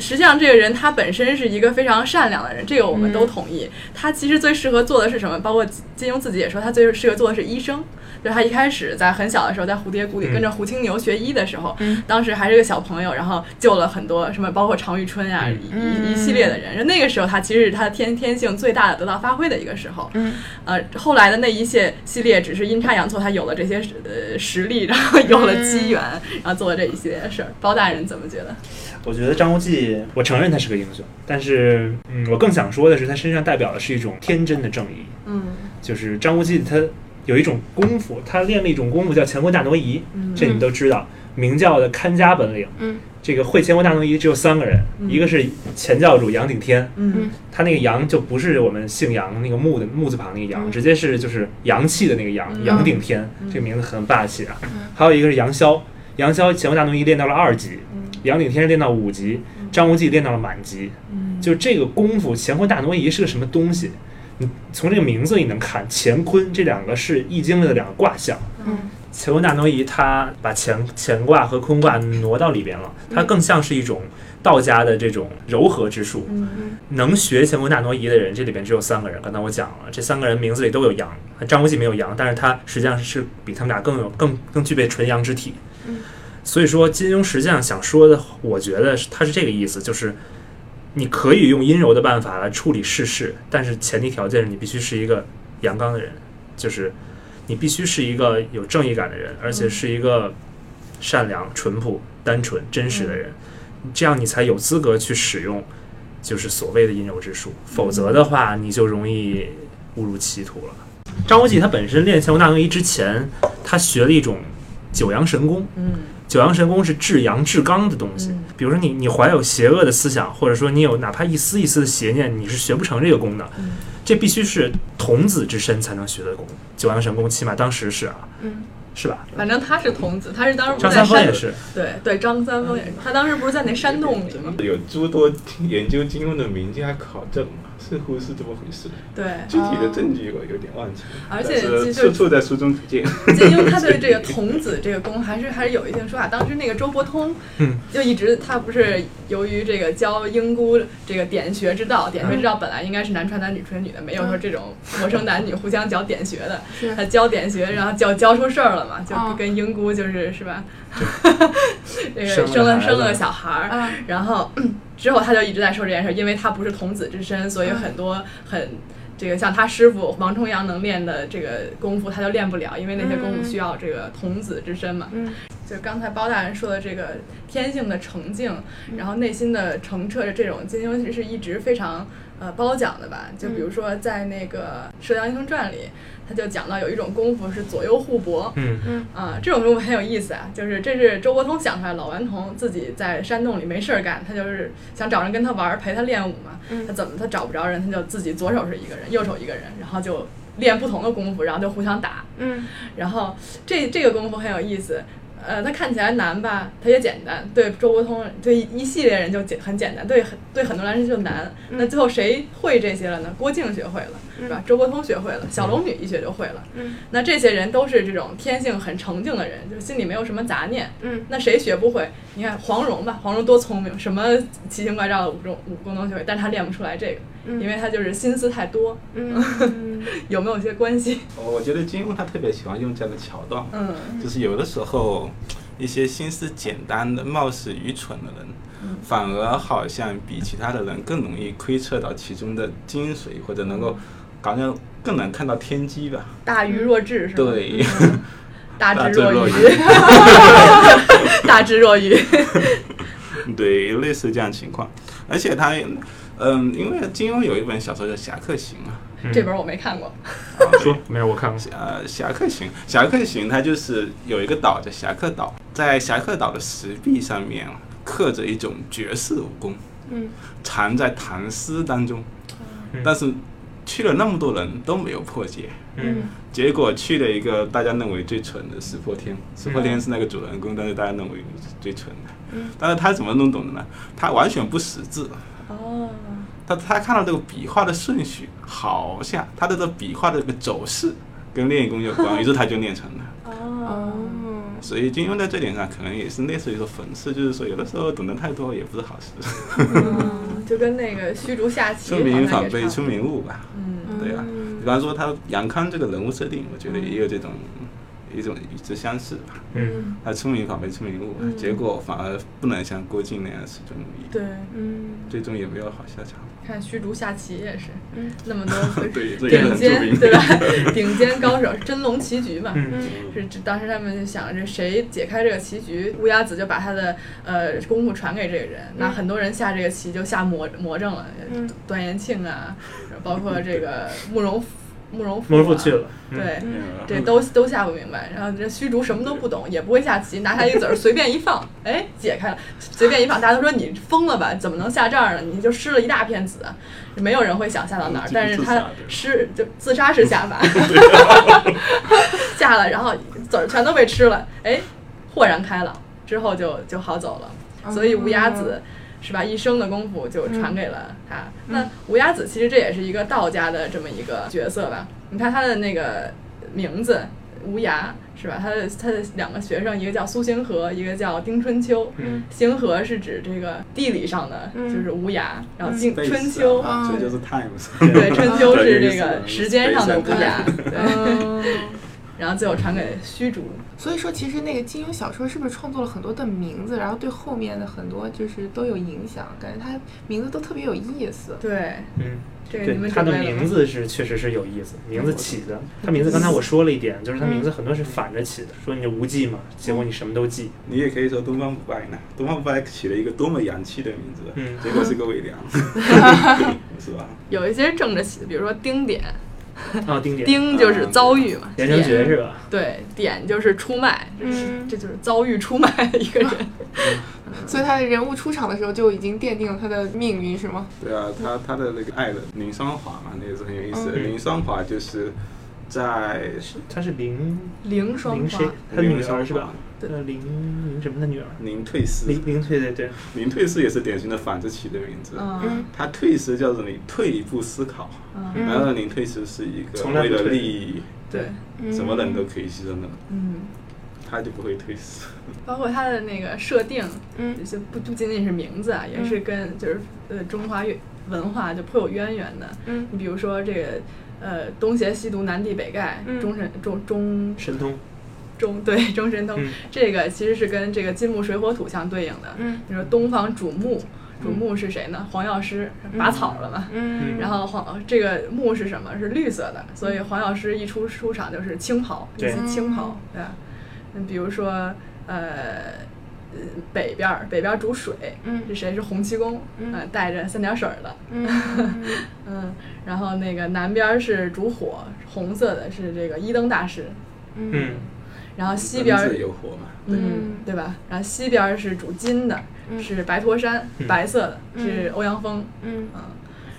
Speaker 2: 实际上，这个人他本身是一个非常善良的人，这个我
Speaker 1: 嗯
Speaker 2: 们都同意。他其实最适合做的是什么？包括金庸自己也说，他最适合做的是医生。就是他一开始在很小的时候，在蝴蝶谷里
Speaker 3: 嗯
Speaker 2: 跟着胡青牛学医的时候，当时还是个小朋友，然后救了很多什么，包括常遇春啊，
Speaker 3: 嗯
Speaker 2: 一一一系列的人。那个时候，他其实是他天天性最大的得到发挥的一个时候。
Speaker 1: 嗯，
Speaker 2: 呃，后来的那一些系列只是阴差阳错，他有了这些呃实力，然后有了机缘，然后做了这一系列的事儿。包大人怎么觉得？
Speaker 3: 我觉得张无忌，我承认他是个英雄，但是，嗯，我更想说的是，他身上代表的是一种天真的正义。
Speaker 2: 嗯
Speaker 3: 就是张无忌他有一种功夫，他练了一种功夫叫乾坤大挪移，
Speaker 2: 嗯
Speaker 3: 这你们都知道。明教的看家本领，
Speaker 1: 嗯，
Speaker 3: 这个会乾坤大挪移只有三个人，一个是前教主杨顶天，
Speaker 2: 嗯
Speaker 3: 他那个杨就不是我们姓杨那个木的木字旁那个杨，直接是就是阳气的那个阳，杨顶天、这个名字很霸气啊。还有一个是杨逍，杨逍乾坤大挪移练到了二级，杨顶天练到五级，张无忌练到了满级。就这个功夫，乾坤大挪移是个什么东西？你从这个名字你能看，乾坤这两个是易经里的两个卦象。
Speaker 1: 嗯
Speaker 3: 乾坤大挪移，它把乾乾卦和坤卦挪到里边了，它更像是一种道家的这种柔和之术。能学乾坤大挪移的人，这里边只有三个人。刚才我讲了，这三个人名字里都有阳，张无忌没有阳，但是他实际上是比他们俩更有更更具备纯阳之体。
Speaker 1: 嗯
Speaker 3: 所以说，金庸实际上想说的，我觉得是他是这个意思，就是你可以用阴柔的办法来处理世事，但是前提条件是你必须是一个阳刚的人，就是你必须是一个有正义感的人，而且是一个善良、淳朴、单纯、真实的人，这样你才有资格去使用就是所谓的阴柔之术，否则的话你就容易误入歧途了。张无忌他本身练乾坤大挪移之前，他学了一种九阳神功。
Speaker 2: 嗯
Speaker 3: 九阳神功是至阳至刚的东西
Speaker 2: 嗯。
Speaker 3: 比如说你你怀有邪恶的思想，或者说你有哪怕一丝一丝的邪念，你是学不成这个功的。
Speaker 2: 嗯
Speaker 3: 这必须是童子之身才能学的功。九阳神功起码当时是啊，
Speaker 1: 嗯
Speaker 3: 是吧？
Speaker 2: 反正他是童子，他是当时不
Speaker 3: 张
Speaker 2: 在
Speaker 3: 三丰
Speaker 2: 山
Speaker 3: 也是，
Speaker 2: 对对，张三丰也是，他当时不是在那山洞里吗？
Speaker 4: 有诸多研究金庸的名家考证，似乎是这么回事。
Speaker 2: 对，
Speaker 4: 具体的证据我有点忘记了，
Speaker 2: 而且
Speaker 4: 但是
Speaker 2: 这就
Speaker 4: 处处在书中可见。
Speaker 2: 金庸他对这个童子这个功还是还是有一定说法。当时那个周伯通，
Speaker 3: 嗯，
Speaker 2: 就一直他不是由于这个教英姑这个点学之道，点学之道本来应该是男传男女传女的，没有说这种魔生男女互相教点学的
Speaker 1: 是，
Speaker 2: 他教点学，然后教教出事儿了嘛，就
Speaker 1: 哦
Speaker 2: 跟英姑就是是吧， 这个
Speaker 3: 生了
Speaker 2: 生了
Speaker 3: 孩
Speaker 2: 生了
Speaker 3: 子
Speaker 2: 个小孩儿，
Speaker 1: 啊
Speaker 2: 然后嗯之后他就一直在说这件事，因为他不是童子之身，所以很多很这个像他师傅王重阳能练的这个功夫，他就练不了，因为那些功夫需要这个童子之身嘛。
Speaker 1: 嗯
Speaker 2: 就刚才包大人说的这个嗯天性的澄净，然后内心的澄澈，这种金庸是一直非常呃褒奖的吧，就比如说在那个《射雕英雄传》里，他就讲到有一种功夫是左右互搏，
Speaker 3: 嗯
Speaker 2: 啊，这种功夫很有意思啊，就是这是周伯通想出来，老顽童自己在山洞里没事儿干，他就是想找人跟他玩儿，陪他练武嘛。
Speaker 1: 嗯
Speaker 2: 他怎么他找不着人，他就自己左手是一个人，右手一个人，然后就练不同的功夫，然后就互相打。
Speaker 1: 嗯
Speaker 2: 然后这这个功夫很有意思，呃，它看起来难吧，它也简单，对周伯通对一一系列人就简很简单，对很对很多人来说就难。
Speaker 1: 嗯
Speaker 2: 那最后谁会这些了呢？郭靖学会了，是吧？周伯通学会了，小龙女一学就会了。
Speaker 1: 嗯
Speaker 2: 那这些人都是这种天性很澄净的人，就是心里没有什么杂念。
Speaker 1: 嗯
Speaker 2: 那谁学不会？你看黄蓉吧，黄蓉多聪明，什么奇形怪状的武功武功都学会，但是她练不出来这个，
Speaker 1: 嗯
Speaker 2: 因为她就是心思太多。
Speaker 1: 嗯
Speaker 2: 有没有一些关系？
Speaker 4: 我觉得金庸他特别喜欢用这样的桥段，
Speaker 2: 嗯
Speaker 4: 就是有的时候一些心思简单的、貌似愚蠢的人，反而好像比其他的人更容易窥测到其中的精髓，或者能够感觉更能看到天机吧。
Speaker 2: 大愚若智是吧？
Speaker 4: 对
Speaker 2: 嗯，大
Speaker 4: 大
Speaker 2: 智
Speaker 4: 智
Speaker 2: 若
Speaker 4: 若
Speaker 2: 愚
Speaker 4: 愚，
Speaker 2: 大智若愚。
Speaker 4: 对，类似这样情况。而且他，嗯，因为金庸有一本小说叫《侠客行》啊，
Speaker 2: 这本我没看过，
Speaker 4: 啊对
Speaker 3: 嗯说没有我看过，
Speaker 4: 呃，侠客行，侠客行，它就是有一个岛叫侠客岛，在侠客岛的石壁上面刻着一种绝世武功，
Speaker 1: 嗯
Speaker 4: 藏在唐诗当中
Speaker 3: 嗯，
Speaker 4: 但是去了那么多人都没有破解，
Speaker 1: 嗯
Speaker 4: 结果去了一个大家认为最蠢的石破天，石破天是那个主人公，但是大家认为最蠢的
Speaker 1: 嗯，
Speaker 4: 但是他怎么弄懂的呢？他完全不识字，
Speaker 2: 哦，
Speaker 4: 他他看到这个笔画的顺序，好像他的这笔画的这个走势跟练功有关，于是他就练成了。
Speaker 2: 哦，
Speaker 1: 哦。
Speaker 4: 所以金庸在这点上可能也是类似于说讽刺，就是说有的时候懂得太多也不是好事，
Speaker 2: 嗯就跟那个虚竹下 棋
Speaker 4: 出名
Speaker 2: 好像
Speaker 4: 反
Speaker 2: 也
Speaker 4: 被
Speaker 2: 差
Speaker 4: 出
Speaker 2: 不多，
Speaker 4: 名误吧，
Speaker 2: 嗯，
Speaker 4: 对
Speaker 1: 哦
Speaker 4: 啊。比方说他杨康这个人物设定，我觉得也有这种一种与之相似吧。
Speaker 3: 嗯
Speaker 4: 他出名反被出名误，结果反而不能像郭靖那样始终如
Speaker 2: 嗯
Speaker 4: 一，
Speaker 2: 对，
Speaker 1: 嗯
Speaker 4: 最终也没有好下场。
Speaker 2: 看虚竹下棋也是
Speaker 1: 嗯，
Speaker 2: 那 么多
Speaker 4: 对这也
Speaker 2: 顶
Speaker 4: 很著
Speaker 2: 尖
Speaker 4: 名
Speaker 2: 对吧？ 顶尖高手真龙棋局嘛，
Speaker 3: 嗯
Speaker 1: 嗯
Speaker 2: 是这当时他们就想着谁解开这个棋局，乌鸦子就把他的呃功夫传给这个人。那很多人下这个棋就下魔魔怔了，
Speaker 1: 嗯
Speaker 2: 段延庆啊，包括这个慕容复慕容复、
Speaker 3: 莫
Speaker 2: 啊、
Speaker 3: 师傅去了，嗯
Speaker 2: 对。
Speaker 4: 嗯
Speaker 2: 这都都下不明白，然后这虚竹什么都不懂，也不会下棋，拿下一子儿随便一放，哎，解开了，随便一放，大家都说你疯了吧，怎么能下这儿呢？你就失了一大片子，没有人会想下到哪儿
Speaker 4: 嗯，
Speaker 2: 但是
Speaker 4: 自杀
Speaker 2: 他
Speaker 4: 的
Speaker 2: 失就自杀式下法， 下了，然后籽儿全都被吃了，哎，豁然开朗，之后就就好走了，所以
Speaker 1: 哦
Speaker 2: 无崖子。是吧？一生的功夫就传给了他。那无崖子其实这也是一个道家的这么一个角色吧？你看他的那个名字无涯是吧？他的他的两个学生，一个叫苏星河，一个叫丁春秋。
Speaker 3: 嗯
Speaker 2: 星河是指这个地理上的，
Speaker 1: 嗯
Speaker 2: 就是无涯，然后经
Speaker 4: 贝斯
Speaker 2: 春秋，
Speaker 4: 啊
Speaker 1: 嗯
Speaker 4: 这就是 times，
Speaker 2: 对，春秋是
Speaker 4: 对
Speaker 2: 这个时间上的无涯，
Speaker 1: 嗯
Speaker 2: 对， 然后最后传给虚竹。
Speaker 1: 所以说，其实那个金庸小说是不是创作了很多的名字，然后对后面的很多就是都有影响，感觉它名字都特别有意思。
Speaker 2: 对，
Speaker 3: 嗯。
Speaker 2: 这个你
Speaker 3: 对
Speaker 2: 们
Speaker 3: 他
Speaker 2: 准
Speaker 3: 的
Speaker 2: 备了
Speaker 3: 名
Speaker 2: 吗？
Speaker 3: 字是确实是有意思，名字起的。他名字刚才我说了一点，就是他
Speaker 2: 嗯
Speaker 3: 名字很多是反着起的，说你无忌嘛，结果你什么都忌。
Speaker 4: 你也可以说东方不败呢，东方不败起了一个多么洋气的名字，
Speaker 3: 嗯
Speaker 4: 结果是个伪娘， 是吧？
Speaker 2: 有一些正着起的，比如说丁点，
Speaker 3: 啊，丁点，
Speaker 2: 嗯丁就是遭遇嘛，
Speaker 3: 连城诀
Speaker 2: 点
Speaker 3: 是吧？
Speaker 2: 对，点就是出卖，这是
Speaker 1: 嗯
Speaker 2: 这就是遭遇出卖的一个人。
Speaker 1: 所以他的人物出场的时候就已经奠定了他的命运，是吗？
Speaker 4: 对啊，他他的那个爱人林双华嘛，那也是很有意思的。
Speaker 3: 嗯
Speaker 4: 林双华就是在
Speaker 3: 他是林
Speaker 2: 凌霜
Speaker 3: 林
Speaker 2: 花
Speaker 3: 谁，？他女
Speaker 4: 林双
Speaker 3: 儿
Speaker 4: 华
Speaker 3: 是吧？呃，林林什么的女儿？
Speaker 4: 林退思，
Speaker 3: 林林对对对，
Speaker 4: 林退思也是典型的反着起的名字。
Speaker 2: 嗯
Speaker 4: 他退思叫做你退一步思考，
Speaker 2: 嗯，
Speaker 1: 嗯
Speaker 4: 然后林退思是一个
Speaker 3: 从来
Speaker 4: 为
Speaker 3: 不
Speaker 4: 了
Speaker 3: 退
Speaker 4: 利益
Speaker 2: 对，
Speaker 1: 嗯
Speaker 4: 什么人都可以牺牲的人，
Speaker 2: 嗯。
Speaker 4: 他就不会退思。
Speaker 2: 包括它的那个设定，
Speaker 1: 嗯
Speaker 2: 就不不仅仅是名字啊，也是跟就是呃中华文化就颇有渊源的。
Speaker 1: 嗯
Speaker 2: 你比如说这个呃东邪西毒南帝北丐，
Speaker 1: 嗯
Speaker 2: 中神中中
Speaker 3: 神通。
Speaker 2: 中对中神通，
Speaker 3: 嗯
Speaker 2: 这个其实是跟这个金木水火土相对应的。
Speaker 1: 嗯
Speaker 2: 你说东方主木，主木是谁呢？黄药师拔草了嘛。
Speaker 1: 嗯
Speaker 2: 然后黄这个木是什么？是绿色的，所以黄药师一出出场就是青袍，一嗯
Speaker 3: 对
Speaker 2: 袭青袍，对吧？嗯，比如说呃，呃北边儿，北边儿煮水，
Speaker 1: 嗯
Speaker 2: 是谁是洪七公，
Speaker 1: 嗯
Speaker 2: 呃带着三点水儿的，
Speaker 1: 嗯，
Speaker 2: 嗯，然后那个南边儿是煮火，红色的是这个一灯大师，
Speaker 1: 嗯
Speaker 3: 嗯，
Speaker 2: 然后西边儿
Speaker 4: 有火嘛，
Speaker 2: 嗯，对吧？然后西边儿是煮金的，
Speaker 1: 嗯
Speaker 2: 是白驼山，
Speaker 3: 嗯
Speaker 2: 白色的，
Speaker 1: 嗯
Speaker 2: 是欧阳锋。
Speaker 1: 嗯
Speaker 2: 嗯，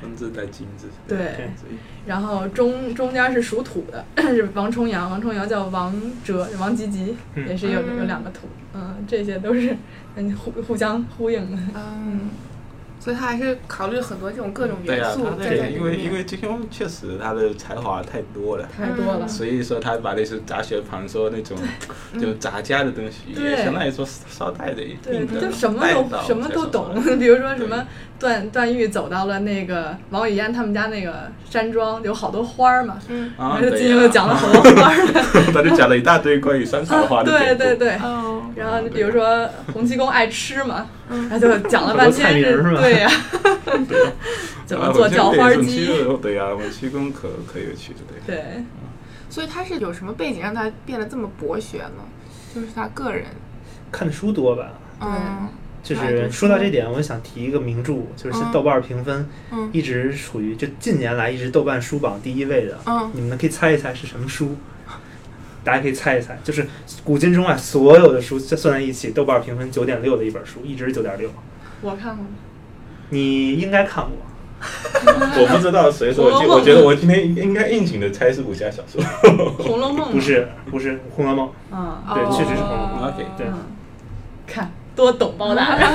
Speaker 4: 分字带金字，
Speaker 2: 对
Speaker 4: 所以
Speaker 2: 然后中中间是属土的， 是王重阳，王重阳叫王哲，王吉吉，
Speaker 3: 嗯
Speaker 2: 也是有
Speaker 1: 嗯
Speaker 2: 有两个土。嗯，这些都是嗯互互相呼应的。
Speaker 1: 嗯，所以他还是考虑很多这种各种
Speaker 4: 对
Speaker 1: 元
Speaker 4: 啊，
Speaker 1: 素
Speaker 4: 他
Speaker 1: 在
Speaker 4: 这
Speaker 1: 里
Speaker 4: 个
Speaker 1: 面。
Speaker 4: 因为因为金庸确实他的才华太多了。
Speaker 2: 太多了，
Speaker 4: 所以说他把那些杂学旁说那种就杂家的东西，
Speaker 2: 嗯对
Speaker 4: 也相当于说捎带的一
Speaker 2: 对，
Speaker 4: 定的
Speaker 2: 就什么
Speaker 4: 带
Speaker 2: 都
Speaker 4: 到
Speaker 2: 什么
Speaker 4: 在
Speaker 2: 都
Speaker 4: 手
Speaker 2: 懂
Speaker 4: 上。
Speaker 2: 比如说什
Speaker 4: 对
Speaker 2: 么段段誉走到了那个王语嫣他们家那个山庄，有好多花儿嘛，
Speaker 1: 嗯
Speaker 4: 啊，
Speaker 2: 然后
Speaker 4: 对
Speaker 2: 金庸就
Speaker 4: 啊
Speaker 2: 讲了好多花儿的
Speaker 4: 他就讲了一大堆关于山茶花的
Speaker 2: 啊对
Speaker 4: 典故
Speaker 2: 对对，
Speaker 1: 哦，
Speaker 2: 然后比如说洪七公爱吃嘛，然后就讲了
Speaker 3: 好多
Speaker 2: 半天
Speaker 3: 菜名儿是吧
Speaker 2: 对呀、 怎么做叫花
Speaker 4: 啊我
Speaker 2: 鸡？
Speaker 4: 们这个对呀，我们七公可可有趣的对。
Speaker 2: 对，
Speaker 1: 所以他是有什么背景让他变得这么博学呢？就是他个人，
Speaker 3: 看的书多吧？
Speaker 1: 嗯
Speaker 3: 就是说到这点，我想提一个名著，就是
Speaker 1: 嗯
Speaker 3: 豆瓣评分
Speaker 1: 嗯
Speaker 3: 一直处于就近年来一直豆瓣书榜第一位的。
Speaker 1: 嗯
Speaker 3: 你们可以猜一猜是什么书？大家可以猜一猜，就是古今中外所有的书算在一起，豆瓣评分九点六的一本书，一直九点六。
Speaker 2: 我看过，
Speaker 3: 你应该看过，
Speaker 4: 我不知道，所以说
Speaker 2: 红
Speaker 4: 我
Speaker 2: 楼
Speaker 4: 今
Speaker 2: 梦
Speaker 4: 我觉得我今天应该应景的猜是武侠小 说。啊
Speaker 2: 《红楼梦》
Speaker 3: 不，是不是《红楼梦
Speaker 2: 嗯，
Speaker 3: 对
Speaker 1: 哦
Speaker 3: 确实是红楼梦
Speaker 4: OK
Speaker 3: 对
Speaker 2: 嗯看多懂包 大人，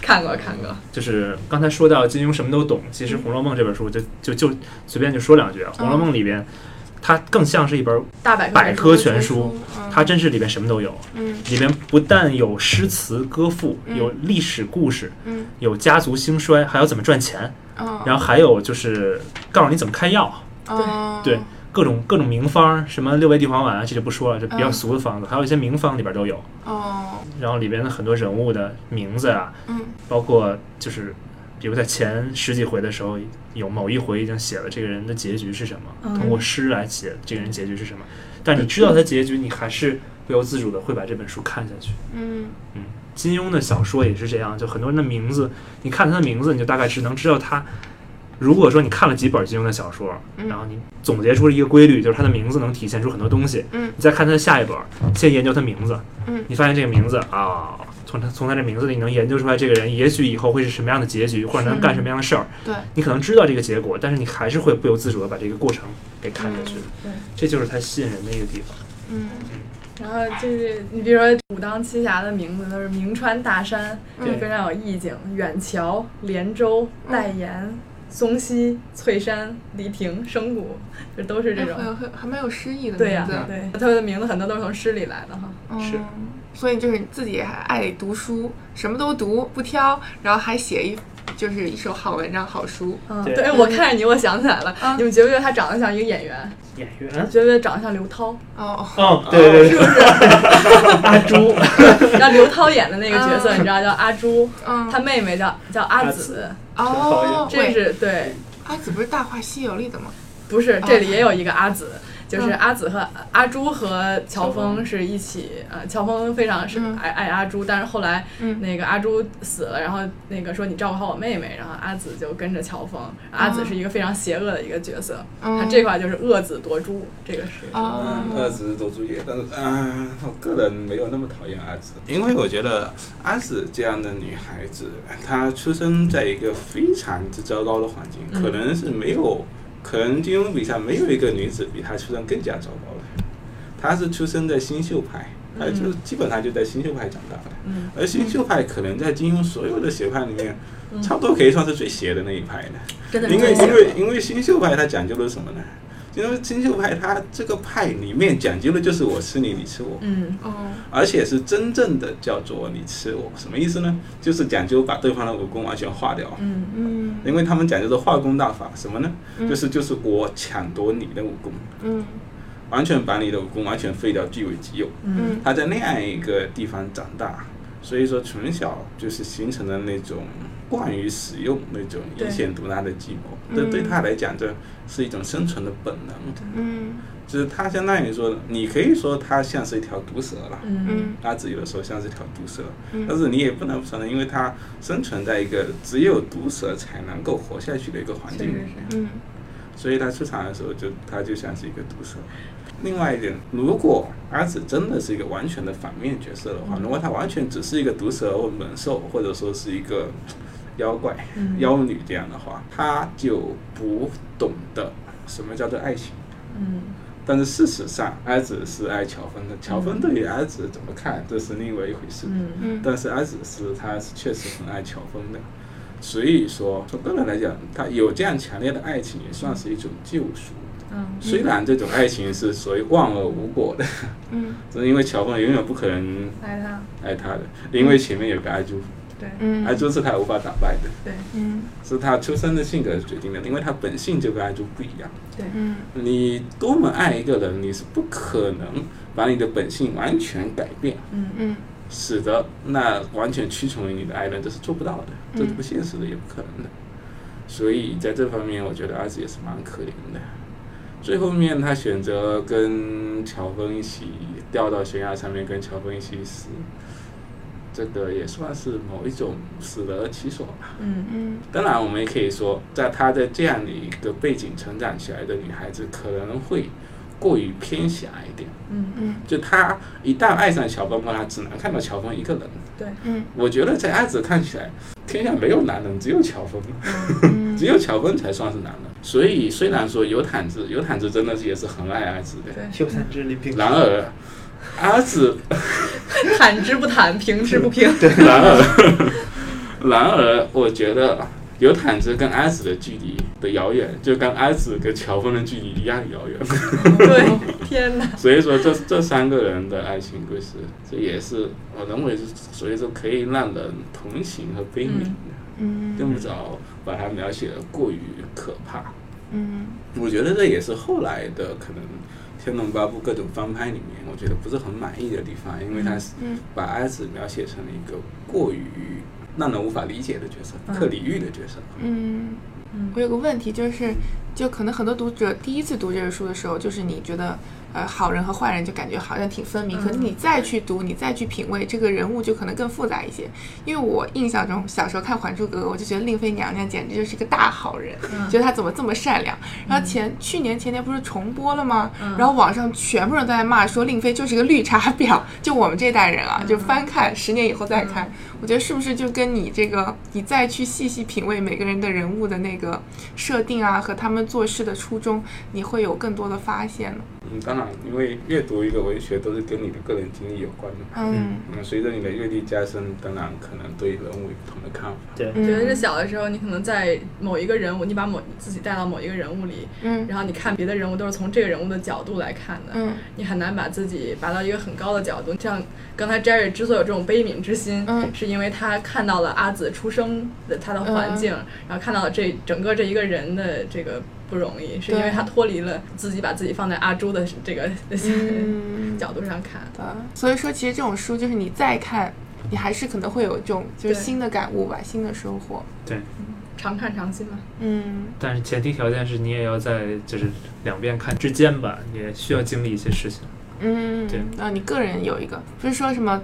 Speaker 2: 看过看过，》。
Speaker 3: 就是刚才说到金庸什么都懂，其实《红楼梦》这本书就就就随便就说两句，《啊红楼梦》里边它更像是一本，
Speaker 2: 大百科
Speaker 3: 百科全书
Speaker 1: 书，嗯
Speaker 3: 它真是里边什么都有。
Speaker 1: 嗯
Speaker 3: 里面不但有诗词歌赋，
Speaker 1: 嗯
Speaker 3: 有历史故事，
Speaker 1: 嗯
Speaker 3: 有家族兴衰，还有怎么赚钱，
Speaker 1: 嗯，
Speaker 3: 然后还有就是告诉你怎么开药，
Speaker 1: 哦后
Speaker 3: 对，各种各种名方，什么六味地黄丸啊，这就不说了，这比较
Speaker 1: 嗯
Speaker 3: 俗的方子，还有一些名方里边都有。
Speaker 1: 哦，
Speaker 3: 然后里边的很多人物的名字啊，
Speaker 1: 嗯
Speaker 3: 包括就是，比如在前十几回的时候，有某一回已经写了这个人的结局是什么，
Speaker 2: 嗯
Speaker 3: 通过诗来写这个人结局是什么。但你知道他结局，你还是不由自主的会把这本书看下去。
Speaker 1: 嗯
Speaker 3: 嗯，金庸的小说也是这样，就很多人的名字，你看他的名字，你就大概是能知道他。如果说你看了几本金庸的小说，
Speaker 1: 嗯
Speaker 3: 然后你总结出了一个规律，就是他的名字能体现出很多东西。
Speaker 1: 嗯
Speaker 3: 你再看他的下一本，先研究他名字，
Speaker 1: 嗯
Speaker 3: 你发现这个名字啊，从他从他这名字里能研究出来，这个人也许以后会是什么样的结局，或者能干什么样的事儿。
Speaker 1: 对，
Speaker 3: 你可能知道这个结果，但是你还是会不由自主的把这个过程给看下去。
Speaker 2: 嗯对
Speaker 3: 这就是他吸引人的一个地方。
Speaker 1: 嗯
Speaker 2: 然后就是你比如说武当七侠的名字都是名川大山，
Speaker 1: 嗯
Speaker 2: 就非常有意境，远桥、连州、
Speaker 3: 嗯
Speaker 2: 代言、松溪、翠山、黎亭、生谷，就都是这种。
Speaker 1: 还还哎蛮有诗意的
Speaker 2: 对呀、
Speaker 1: 名字，
Speaker 2: 对，他们的名字很多都是从诗里来的哈。
Speaker 3: 是
Speaker 1: 嗯。所以就是你自己还爱读书，什么都读不挑，然后还写一就是一手好文章、好书。
Speaker 2: 嗯，
Speaker 3: 对
Speaker 2: 对，我看着你，我想起来了，
Speaker 1: 嗯
Speaker 2: 你们觉不觉得他长得像一个演员？
Speaker 3: 演员，
Speaker 2: 觉不觉得长得像刘涛？
Speaker 1: 哦，
Speaker 3: 哦，对对对， 阿朱，
Speaker 2: 让刘涛演的那个角色，
Speaker 1: 嗯
Speaker 2: 你知道叫阿朱，
Speaker 1: 嗯，
Speaker 2: 他妹妹叫叫阿
Speaker 3: 阿
Speaker 2: 紫，
Speaker 1: 哦，
Speaker 2: 这
Speaker 1: 喂
Speaker 2: 是对，
Speaker 1: 阿紫不是《大话西游》里的吗？
Speaker 2: 不是，这里也有一个阿紫，就是
Speaker 1: 嗯
Speaker 2: 阿紫和阿朱和乔
Speaker 3: 乔
Speaker 2: 峰
Speaker 3: 峰
Speaker 2: 是一起，呃，乔峰非常是
Speaker 1: 嗯
Speaker 2: 爱爱阿朱，但是后来
Speaker 1: 嗯
Speaker 2: 那个阿朱死了，然后那个说你照顾好我妹妹，然后阿紫就跟着乔峰，阿紫是一个非常邪恶的一个角色，
Speaker 1: 嗯
Speaker 2: 他这块就是恶子夺朱，这个是
Speaker 1: 哦
Speaker 4: 嗯，阿紫都注意，但是嗯，我个人没有那么讨厌阿紫，因为我觉得阿紫这样的女孩子，她出生在一个非常之糟糕的环境，
Speaker 2: 嗯
Speaker 4: 可能是没有，可能金庸笔下没有一个女子比她出生更加糟糕的。她是出生在新秀派，她就基本上就在新秀派长大的。
Speaker 2: 嗯
Speaker 4: 而新秀派可能在金庸所有的学派里面，
Speaker 2: 嗯
Speaker 4: 差不多可以算是最邪的那一派的。
Speaker 2: 真的是
Speaker 4: 因
Speaker 2: 最
Speaker 4: 为
Speaker 2: 邪
Speaker 4: 因
Speaker 2: 恶
Speaker 4: 为因为新秀派它讲究的是什么呢？因为新秀派它这个派里面讲究的就是我吃你，你吃我，
Speaker 2: 嗯
Speaker 1: 哦，
Speaker 4: 而且是真正的叫做你吃我，什么意思呢？就是讲究把对方的武功完全化掉。
Speaker 2: 嗯
Speaker 1: 嗯
Speaker 4: 因为他们讲究的化功大法，什么呢？
Speaker 1: 嗯
Speaker 4: 就是就是我抢夺你的武功，
Speaker 1: 嗯
Speaker 4: 完全把你的武功完全废掉，据为己有。
Speaker 2: 嗯
Speaker 4: 他在那样一个地方长大，所以说从小就是形成了那种惯于使用那种
Speaker 2: 对
Speaker 4: 阴险毒辣的计谋，
Speaker 1: 嗯
Speaker 4: 这对他来讲，这是一种生存的本能。
Speaker 1: 嗯
Speaker 4: 就是它相当于说，你可以说它像是一条毒蛇了，
Speaker 1: 嗯
Speaker 4: 拉子有的时候像是一条毒蛇，
Speaker 1: 嗯
Speaker 4: 但是你也不能承认，因为它生存在一个只有毒蛇才能够活下去的一个环
Speaker 2: 确
Speaker 4: 境
Speaker 2: 实
Speaker 4: 里，
Speaker 2: 是。
Speaker 1: 嗯
Speaker 4: 所以它出场的时候就它就像是一个毒蛇。另外一点，如果阿紫真的是一个完全的反面角色的话，如果她完全只是一个毒蛇或猛兽，或者说是一个妖怪、
Speaker 2: 嗯
Speaker 4: 妖女这样的话，她就不懂得什么叫做爱情。
Speaker 2: 嗯
Speaker 4: 但是事实上，阿紫是爱乔芬的，乔芬对于阿紫怎么看，这是另外一回事。
Speaker 2: 嗯
Speaker 1: 嗯
Speaker 4: 但是阿紫是她是确实很爱乔峰的，所以说从个人来讲，她有这样强烈的爱情也算是一种救赎。
Speaker 2: 嗯
Speaker 4: 虽然这种爱情是所谓望而无果的，
Speaker 1: 嗯
Speaker 4: 只是因为乔峰永远不可能
Speaker 2: 爱他，
Speaker 4: 爱她的，因为前面有个阿朱，
Speaker 2: 对
Speaker 1: 嗯
Speaker 4: 阿朱是她无法打败的，
Speaker 2: 对
Speaker 1: 嗯
Speaker 4: 是她出生的性格决定的，因为她本性就跟阿朱不一样。
Speaker 2: 对，
Speaker 1: 嗯
Speaker 4: 你多么爱一个人，你是不可能把你的本性完全改变，
Speaker 2: 嗯
Speaker 1: 嗯
Speaker 4: 使得那完全屈从于你的爱人，这是做不到的，
Speaker 1: 嗯
Speaker 4: 这是不现实的，也不可能的。所以在这方面，我觉得阿紫也是蛮可怜的。最后面他选择跟乔峰一起掉到悬崖上面，跟乔峰一起死，这个也算是某一种死得其所吧。
Speaker 2: 嗯
Speaker 1: 嗯
Speaker 4: 当然，我们也可以说，在她的这样的一个背景成长起来的女孩子，可能会过于偏狭一点。
Speaker 2: 嗯
Speaker 1: 嗯
Speaker 4: 就她一旦爱上乔峰后，她只能看到乔峰一个人。
Speaker 2: 对，
Speaker 1: 嗯
Speaker 4: 我觉得在阿紫看起来，天下没有男人，只有乔峰，
Speaker 1: 嗯
Speaker 4: 只有乔峰才算是男人。所以，虽然说有坦子，有坦子真的是也是很爱阿紫 的，
Speaker 2: 对
Speaker 5: 秀三只林平，
Speaker 4: 然而，阿 紫
Speaker 2: 坦之不坦，平之不平，
Speaker 4: 然而， 然而，我觉得有毯子跟阿紫的距离的遥远，就跟阿紫跟乔峰的距离一样遥远。
Speaker 2: 对， 天哪，
Speaker 4: 所以说这，这三个人的爱情故事，这也是我认为是，所以说可以让人同情和悲悯的，
Speaker 1: 嗯
Speaker 4: 用不着把它描写的过于可怕。
Speaker 1: 嗯
Speaker 4: 我觉得这也是后来的可能《天龙八部》各种翻拍里面，我觉得不是很满意的地方，因为它是
Speaker 1: 嗯
Speaker 4: 把阿紫描写成了一个过于让人无法理解的角色，
Speaker 2: 嗯
Speaker 4: 不可理喻的角色。
Speaker 1: 嗯，我有个问题，就是，就可能很多读者第一次读这本书的时候，就是你觉得，呃，好人和坏人就感觉好像挺分明，
Speaker 2: 嗯
Speaker 1: 可是你再去读，你再去品味这个人物，就可能更复杂一些。因为我印象中小时候看《还珠格格》，我就觉得令妃娘娘简直就是个大好人，
Speaker 2: 嗯
Speaker 1: 觉得她怎么这么善良。然后前去年前年不是重播了吗？
Speaker 2: 嗯
Speaker 1: 然后网上全部人都在骂说令妃就是个绿茶婊，就我们这代人啊，就
Speaker 2: 嗯
Speaker 1: 翻看十年以后再看，我觉得是不是就跟你这个，你再去细细品味每个人的人物的那个设定啊，和他们做事的初衷，你会有更多的发现呢？
Speaker 4: 嗯，当然，因为阅读一个文学都是跟你的个人经历有关的。
Speaker 1: 嗯
Speaker 4: 嗯，随着你的阅历加深，当然可能对人物有不同的看法。
Speaker 5: 对，
Speaker 2: 我
Speaker 1: 嗯
Speaker 2: 觉得是小的时候，你可能在某一个人物，你把某自己带到某一个人物里，
Speaker 1: 嗯
Speaker 2: 然后你看别的人物都是从这个人物的角度来看的，
Speaker 1: 嗯
Speaker 2: 你很难把自己拔到一个很高的角度。像刚才 Jerry 之所以有这种悲悯之心，
Speaker 1: 嗯
Speaker 2: 是因为他看到了阿紫出生的他的环境，然后看到了这整个这一个人的这个不容易，是因为他脱离了自己，把自己放在阿朱的这个、
Speaker 1: 嗯
Speaker 2: 角度上看。
Speaker 1: 的。所以说，其实这种书就是你再看，你还是可能会有一种就是
Speaker 2: 对
Speaker 1: 新的感悟吧，新的收获。
Speaker 2: 常看常新嘛，
Speaker 1: 嗯
Speaker 3: 但是前提条件是你也要在就是两边看之间吧，也需要经历一些事情。
Speaker 1: 嗯，
Speaker 3: 对
Speaker 1: 那你个人有一个，不是说什么，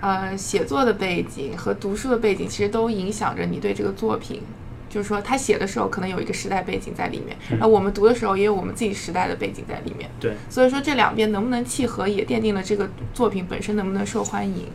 Speaker 1: 呃，写作的背景和读书的背景，其实都影响着你对这个作品。就是说，他写的时候可能有一个时代背景在里面，
Speaker 3: 嗯
Speaker 1: 那、我们读的时候也有我们自己时代的背景在里面。
Speaker 3: 对，
Speaker 1: 所以说这两边能不能契合，也奠定了这个作品本身能不能受欢迎。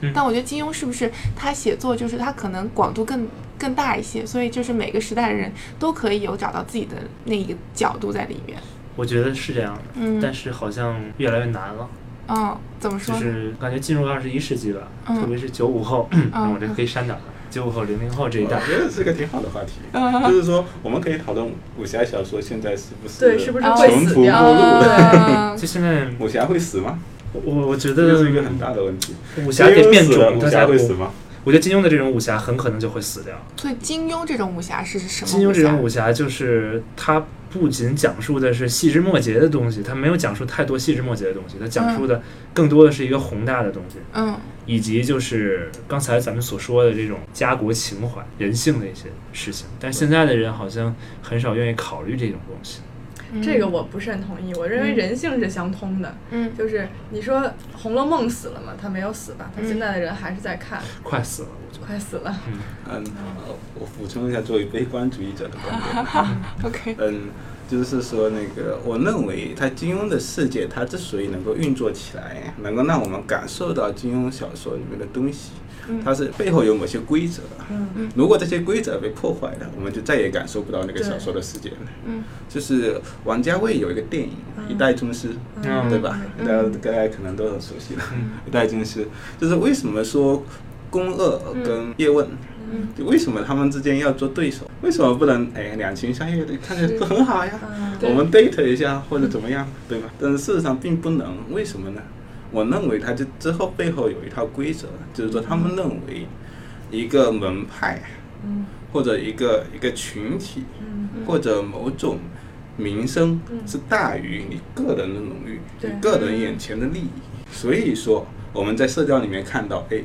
Speaker 3: 嗯
Speaker 1: 但我觉得金庸是不是他写作就是他可能广度更更大一些，所以就是每个时代的人都可以有找到自己的那一个角度在里面。
Speaker 3: 我觉得是这样的，
Speaker 1: 嗯，
Speaker 3: 但是好像越来越难了，
Speaker 1: 嗯，怎么
Speaker 3: 就
Speaker 1: 说呢？
Speaker 3: 是感觉进入二十一世纪吧，
Speaker 1: 嗯
Speaker 3: 特别是九五后，
Speaker 1: 嗯
Speaker 3: 我这可以删掉了，啊九五后、零零后这一
Speaker 4: 我
Speaker 3: 代，
Speaker 4: 觉得是个挺好的话题，
Speaker 3: 啊
Speaker 1: 嗯
Speaker 4: 就是说我们可以讨论武侠小说现在是不是
Speaker 2: 对，
Speaker 3: 哦
Speaker 2: 是不是
Speaker 1: 啊
Speaker 2: 会死掉？
Speaker 1: 啊，
Speaker 3: 就现在
Speaker 4: 武侠会死吗？
Speaker 3: 我我觉
Speaker 4: 这
Speaker 3: 得
Speaker 4: 是一个很大的问题。
Speaker 3: 武侠得变
Speaker 4: 金庸死了
Speaker 3: 种，
Speaker 4: 武
Speaker 3: 大
Speaker 4: 侠
Speaker 3: 家
Speaker 4: 会死吗？
Speaker 3: 我觉得金庸的这种武侠很可能就会死掉。
Speaker 1: 所以金庸这种武侠是什么？
Speaker 3: 金庸这种
Speaker 1: 武
Speaker 3: 武侠就是它不仅讲述的是细枝末节的东西，它没有讲述太多细枝末节的东西，它讲述的更多的是一个宏大的东西，
Speaker 1: 侠，嗯
Speaker 3: 以及就是刚才咱们所说的这种家国情怀、人性的一些事情。但现在的人好像很少愿意考虑这种东西。
Speaker 2: 这个我不是很同意。我认为人性是相通的，
Speaker 1: 嗯
Speaker 2: 就是你说《红楼梦》死了吗？他没有死吧？他
Speaker 1: 嗯
Speaker 2: 现在的人还是在看，
Speaker 3: 快死了，我觉得。
Speaker 2: 快死了。
Speaker 4: 嗯，我补充一下，作为悲观主义者的观点。
Speaker 1: ，OK，
Speaker 4: 嗯，就是说那个，我认为他金庸的世界，它之所以能够运作起来，能够让我们感受到金庸小说里面的东西，它是背后有某些规则。啊
Speaker 2: 嗯
Speaker 4: 如果这些规则被破坏了，我们就再也感受不到那个小说的世界了。
Speaker 1: 嗯，
Speaker 4: 就是王家卫有一个电影《一代宗师》，
Speaker 3: 嗯
Speaker 4: 对吧？大家大家可能都很熟悉了，一代宗师》就是为什么说宫二跟叶问。
Speaker 1: 嗯
Speaker 4: 就为什么他们之间要做对手？为什么不能哎两情相悦的看起来很好呀？
Speaker 2: 嗯
Speaker 1: 对
Speaker 4: 我们 date 一下或者怎么样，对吧？但是事实上并不能，为什么呢？我认为它这之后背后有一套规则，就是说他们认为一个门派
Speaker 2: 嗯
Speaker 4: 或者一个一个群体
Speaker 2: 嗯
Speaker 4: 或者某种名声
Speaker 2: 嗯
Speaker 4: 是大于你个人的荣誉，
Speaker 2: 对
Speaker 4: 你个人眼前的利益。所以说我们在社交里面看到，哎，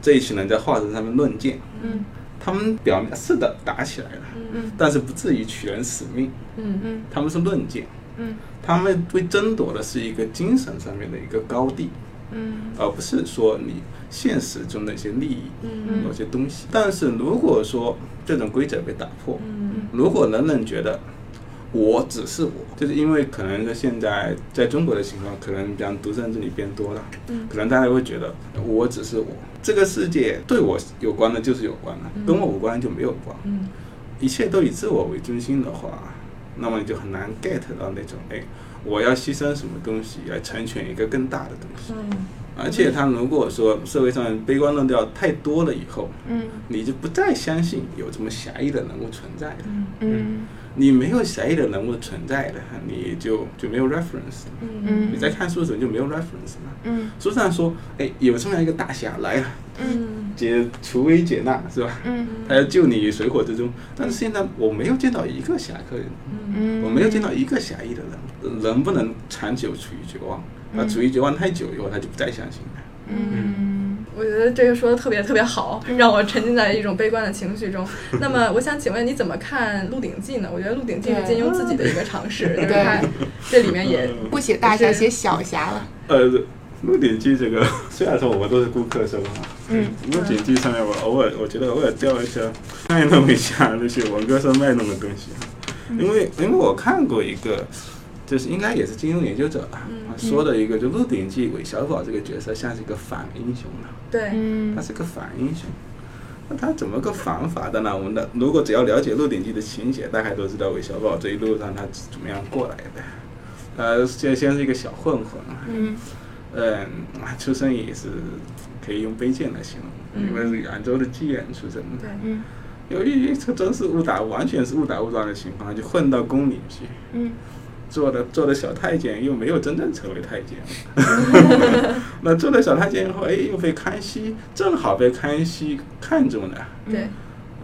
Speaker 4: 这一群人在画室上面论剑，
Speaker 1: 嗯
Speaker 4: 他们表面是的打起来了，
Speaker 1: 嗯
Speaker 4: 但是不至于取人死命，
Speaker 2: 嗯
Speaker 1: 嗯
Speaker 4: 他们是论剑。
Speaker 1: 嗯
Speaker 4: 他们会争夺的是一个精神上面的一个高地，
Speaker 1: 嗯
Speaker 4: 而不是说你现实中的一些利益、
Speaker 2: 嗯
Speaker 4: 某些东西。但是如果说这种规则被打破，
Speaker 2: 嗯
Speaker 4: 如果人人觉得我只是我，就是因为可能在现在在中国的情况，可能讲独生子女变多了，
Speaker 2: 嗯
Speaker 4: 可能大家会觉得我只是我，这个世界对我有关的就是有关的，跟我无关就没有关。
Speaker 2: 嗯
Speaker 4: 一切都以自我为中心的话，那么你就很难 get 到那种哎，我要牺牲什么东西来成全一个更大的东西。
Speaker 2: 嗯
Speaker 4: 而且他如果说社会上悲观论调太多了以后，
Speaker 1: 嗯
Speaker 4: 你就不再相信有这么狭义的人物存在了。
Speaker 1: 嗯
Speaker 4: 你没有狭义的人物存在了，你就就没有 reference 了。
Speaker 2: 嗯
Speaker 4: 你在看书的时候你就没有 reference 了。
Speaker 1: 嗯
Speaker 4: 书上说，哎，有这么样一个大侠来了，
Speaker 2: 嗯
Speaker 4: 解除危解难是吧？
Speaker 1: 嗯
Speaker 4: 他要救你于水火之中。但是现在我没有见到一个侠客人，
Speaker 1: 嗯，
Speaker 4: 我没有见到一个侠义的人，人不能长久处于绝望，啊，
Speaker 1: 嗯
Speaker 4: 处于绝望太久以后，他就不再相信了。
Speaker 1: 嗯
Speaker 2: 我觉得这个说的特别特别好，让我沉浸在一种悲观的情绪中。那么，我想请问你怎么看《鹿鼎记》呢？我觉得《鹿鼎记》是金庸自己的一个尝试，就是
Speaker 1: 对
Speaker 2: 他这里面也
Speaker 1: 不写大侠，写小侠了。
Speaker 4: 呃，《鹿鼎记》这个， 虽然说我们都是顾客，是吧？
Speaker 1: 嗯，
Speaker 4: 《鹿鼎记》上面我偶尔，我觉得偶尔掉一下，卖弄一下那些文革时候卖弄的东西，
Speaker 1: 嗯
Speaker 4: 因为因为我看过一个。就是应该也是金庸研究者吧，
Speaker 1: 嗯
Speaker 4: 他说的一个，就《鹿鼎记》韦小宝这个角色像是一个反英雄了。
Speaker 2: 对，
Speaker 1: 嗯
Speaker 4: 他是个反英雄。那他怎么个反法的呢？我们的如果只要了解《鹿鼎记》的情节，大概都知道韦小宝这一路上他是怎么样过来的。呃，先先是一个小混混，
Speaker 1: 嗯
Speaker 4: 嗯，出身也是可以用卑贱来形容，因为是扬州的妓院出身的
Speaker 2: 对。
Speaker 1: 嗯
Speaker 4: 由于这真是误打，完全是误打误撞的情况，就混到宫里去，
Speaker 1: 嗯
Speaker 4: 做的做的小太监，又没有真正成为太监。那做了小太监以后，哎，又被康熙正好被康熙看中了，
Speaker 2: 对，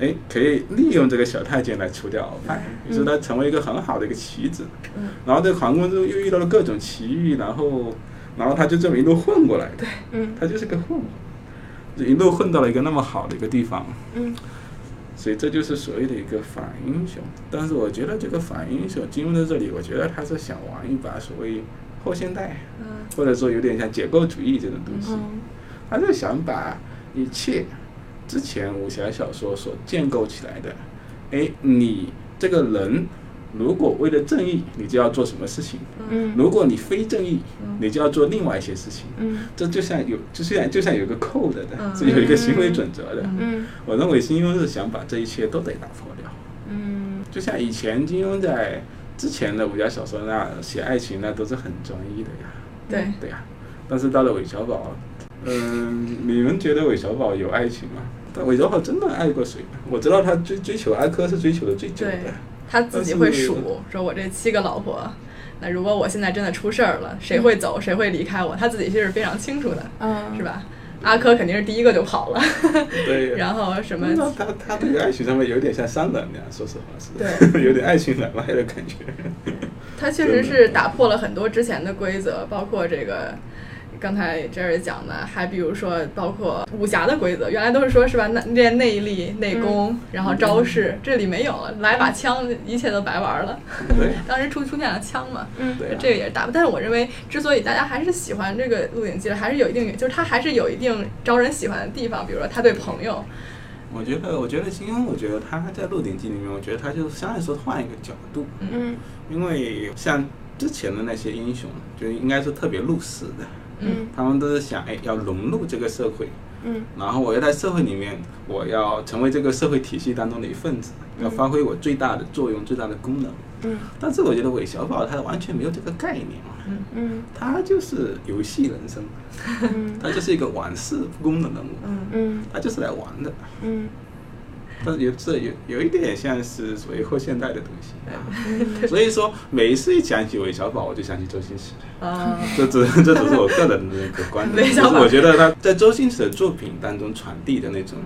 Speaker 4: 哎，可以利用这个小太监来除掉鳌拜，于是他成为一个很好的一个棋子。
Speaker 2: 嗯
Speaker 4: 然后在皇宫中又遇到了各种奇遇，然后然后他就这么一路混过来的，
Speaker 1: 嗯
Speaker 4: 他就是个混混，就一路混到了一个那么好的一个地方。
Speaker 1: 嗯
Speaker 4: 所以这就是所谓的一个反英雄。但是我觉得这个反英雄金庸在这里，我觉得他是想玩一把所谓后现代，
Speaker 2: 嗯
Speaker 4: 或者说有点像解构主义这种东西，
Speaker 1: 嗯
Speaker 4: 他就想把一切之前武侠小说所建构起来的，哎，你这个人如果为了正义，你就要做什么事情；
Speaker 1: 嗯
Speaker 4: 如果你非正义，你就要做另外一些事情。
Speaker 1: 嗯
Speaker 4: 这就像有，就像就像有一个 code 的，
Speaker 2: 嗯
Speaker 4: 是有一个行为准则的。
Speaker 1: 嗯
Speaker 4: 我认为金庸是想把这一切都得打破掉。
Speaker 1: 嗯
Speaker 4: 就像以前金庸在之前的武侠小说那写爱情那都是很专一的呀，
Speaker 2: 对，
Speaker 4: 对呀。但是到了韦小宝，嗯，你们觉得韦小宝有爱情吗？但韦小宝真的爱过谁吗？我知道他追追求阿珂是追求的最久
Speaker 2: 对
Speaker 4: 的，
Speaker 2: 他自己会数，说我这七个老婆，那如果我现在真的出事儿了，谁会走，谁会离开我，他自己是非常清楚的，
Speaker 1: 嗯，
Speaker 2: 是？吧？阿珂肯定是第一个就跑了，
Speaker 4: 对呀。
Speaker 2: 然后什么
Speaker 4: 那他他对于爱情上面有点像商人那样，说实话是，
Speaker 2: 对
Speaker 4: 有点爱情买卖的 感觉。
Speaker 2: 他确实是打破了很多之前的规则，包括这个刚才 Jerry 讲的，还比如说包括武侠的规则，原来都是说是吧，那练内力、内功，然后招式，这里没有了，来把枪，一切都白玩了。
Speaker 4: 对
Speaker 2: 当时出出现了枪嘛，
Speaker 4: 对啊
Speaker 2: 这个也是大。但是我认为，之所以大家还是喜欢这个《鹿鼎记》的，还是有一定，就是它还是有一定招人喜欢的地方，比如说他对朋友，
Speaker 4: 我觉得，我觉得金庸，我觉得他在《鹿鼎记》里面，我觉得他就是相对来说换一个角度，
Speaker 1: 嗯
Speaker 4: 因为像之前的那些英雄，就应该是特别入世的，
Speaker 1: 嗯
Speaker 4: 他们都是想哎要融入这个社会，
Speaker 1: 嗯
Speaker 4: 然后我要在社会里面，我要成为这个社会体系当中的一份子，要发挥我最大的作用、最大的功能。
Speaker 1: 嗯
Speaker 4: 但是我觉得韦小宝他完全没有这个概念嘛，
Speaker 1: 嗯
Speaker 4: 他就是游戏人生，
Speaker 1: 嗯
Speaker 4: 他就是一个玩世不恭的人物，
Speaker 2: 嗯，
Speaker 1: 嗯
Speaker 4: 他就是来玩的。
Speaker 1: 嗯
Speaker 4: 但有这有有一点像是所谓后现代的东
Speaker 1: 嗯
Speaker 4: 西，所以说每一次一讲起韦小宝，我就想起周星驰。
Speaker 2: 呃，
Speaker 4: 这只这只是我个人的一个观点，
Speaker 2: 韦
Speaker 4: 就
Speaker 2: 小
Speaker 4: 是
Speaker 2: 宝
Speaker 4: 我觉得他在周星驰的作品当中传递的那种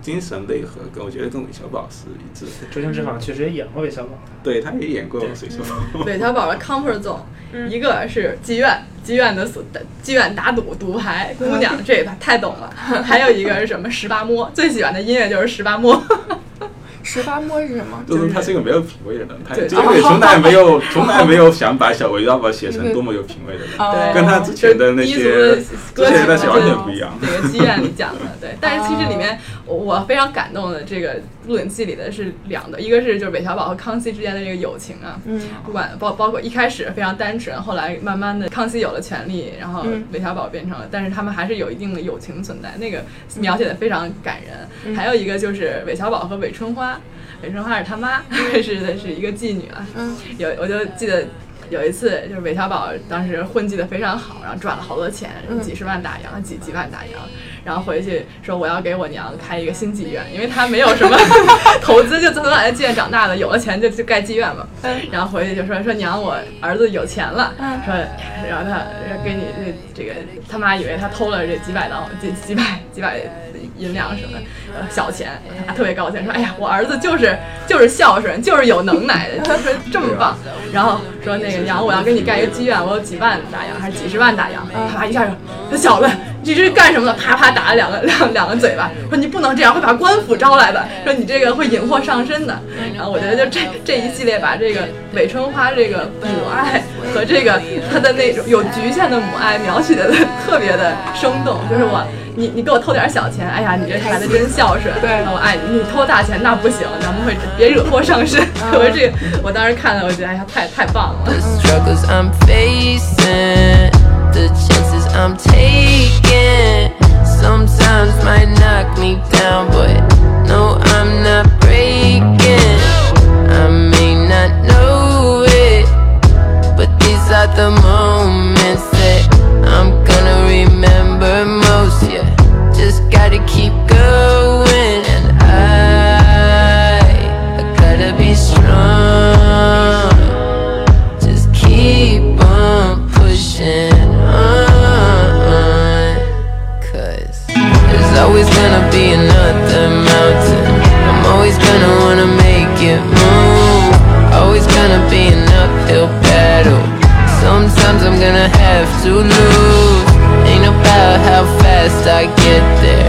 Speaker 4: 精神内核，跟我觉得跟韦小宝是一致的。
Speaker 5: 周星驰好像确实也演过韦小宝，
Speaker 4: 对，他也演过《水手》，
Speaker 2: 韦小宝的 comfort zone，、一个是妓院，妓院的所妓院打赌、赌牌、姑娘，这也太懂了。还有一个是什么？十八摸，最喜欢的音乐就是十八 摸。
Speaker 1: 十八摸是什么？
Speaker 4: 就是
Speaker 1: 是
Speaker 4: 他是一个没有品味的人，他
Speaker 2: 对
Speaker 4: 因为从来没有从来没有想把小韦小宝写成多么有品味的人，
Speaker 1: 哦
Speaker 4: 跟他之前的那
Speaker 2: 就是
Speaker 4: 些
Speaker 2: 低
Speaker 4: 之
Speaker 2: 俗的歌曲
Speaker 4: 前的那些完全不一样。
Speaker 2: 那个妓院里讲的，对。但是其实里面我我非常感动的这个《鹿鼎记》里的是两个，一个是就是韦小宝和康熙之间的这个友情啊，
Speaker 1: 嗯
Speaker 2: 不管包包括一开始非常单纯，后来慢慢的康熙有了权利，然后
Speaker 1: 嗯
Speaker 2: 韦小宝变成了，但是他们还是有一定的友情存在，那个描写的非常感人。
Speaker 1: 嗯
Speaker 2: 还有一个就是韦小宝和韦春花，韦春花是他妈， 是是一个妓女啊，
Speaker 1: 嗯
Speaker 2: 有我就记得有一次，就是韦小宝当时混迹的非常好，然后赚了好多钱，
Speaker 1: 嗯
Speaker 2: 几十万大洋，几几万大洋，然后回去说我要给我娘开一个新妓院，因为他没有什么 投资，就从小在妓院长大的，有了钱就就盖妓院嘛。
Speaker 1: 嗯
Speaker 2: 然后回去就说说娘，我儿子有钱了，
Speaker 1: 嗯
Speaker 2: 说然后他给你这这个他妈以为他偷了这几百刀几几百几百银两什么的呃小钱，他特别高兴说哎呀我儿子就是就是孝顺就是有能耐的，就是这么棒。然后说那个娘我要给你盖一个妓院，我有几万大洋还是几十万大洋，他妈一下就他小子。你这是干什么的？啪啪打了两个两两个嘴巴，说你不能这样，会把官府招来的。说你这个会引祸上身的。然后我觉得就这这一系列把这个韦春花这个母爱和这个她的那种有局限的母爱描写的特别的生动，就是我。你你给我偷点小钱，哎呀，你这孩子真孝顺。
Speaker 1: 对
Speaker 2: 我爱你。你偷大钱那不行，咱们会别惹祸上身。我说这个，我当时看了，我觉得哎呀，太太棒了。
Speaker 6: struggles I'm facing, the chances I'm taking. Sometimes might knock me down, but no, I'm not breaking. I may not know it, but these are the moments that I'm gonna remember most. Yeah, just gotta keep going, and I, I gotta be strong. Just keep on pushing on. Cause there's always gonna be another mountain. I'm always gonna wanna make it move. Always gonna be an uphill battle. Sometimes I'm gonna have to lose. Ain't about how fast I get there.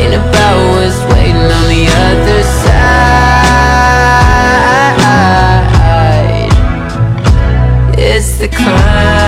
Speaker 6: Ain't about what's waiting on the other side. It's the climb.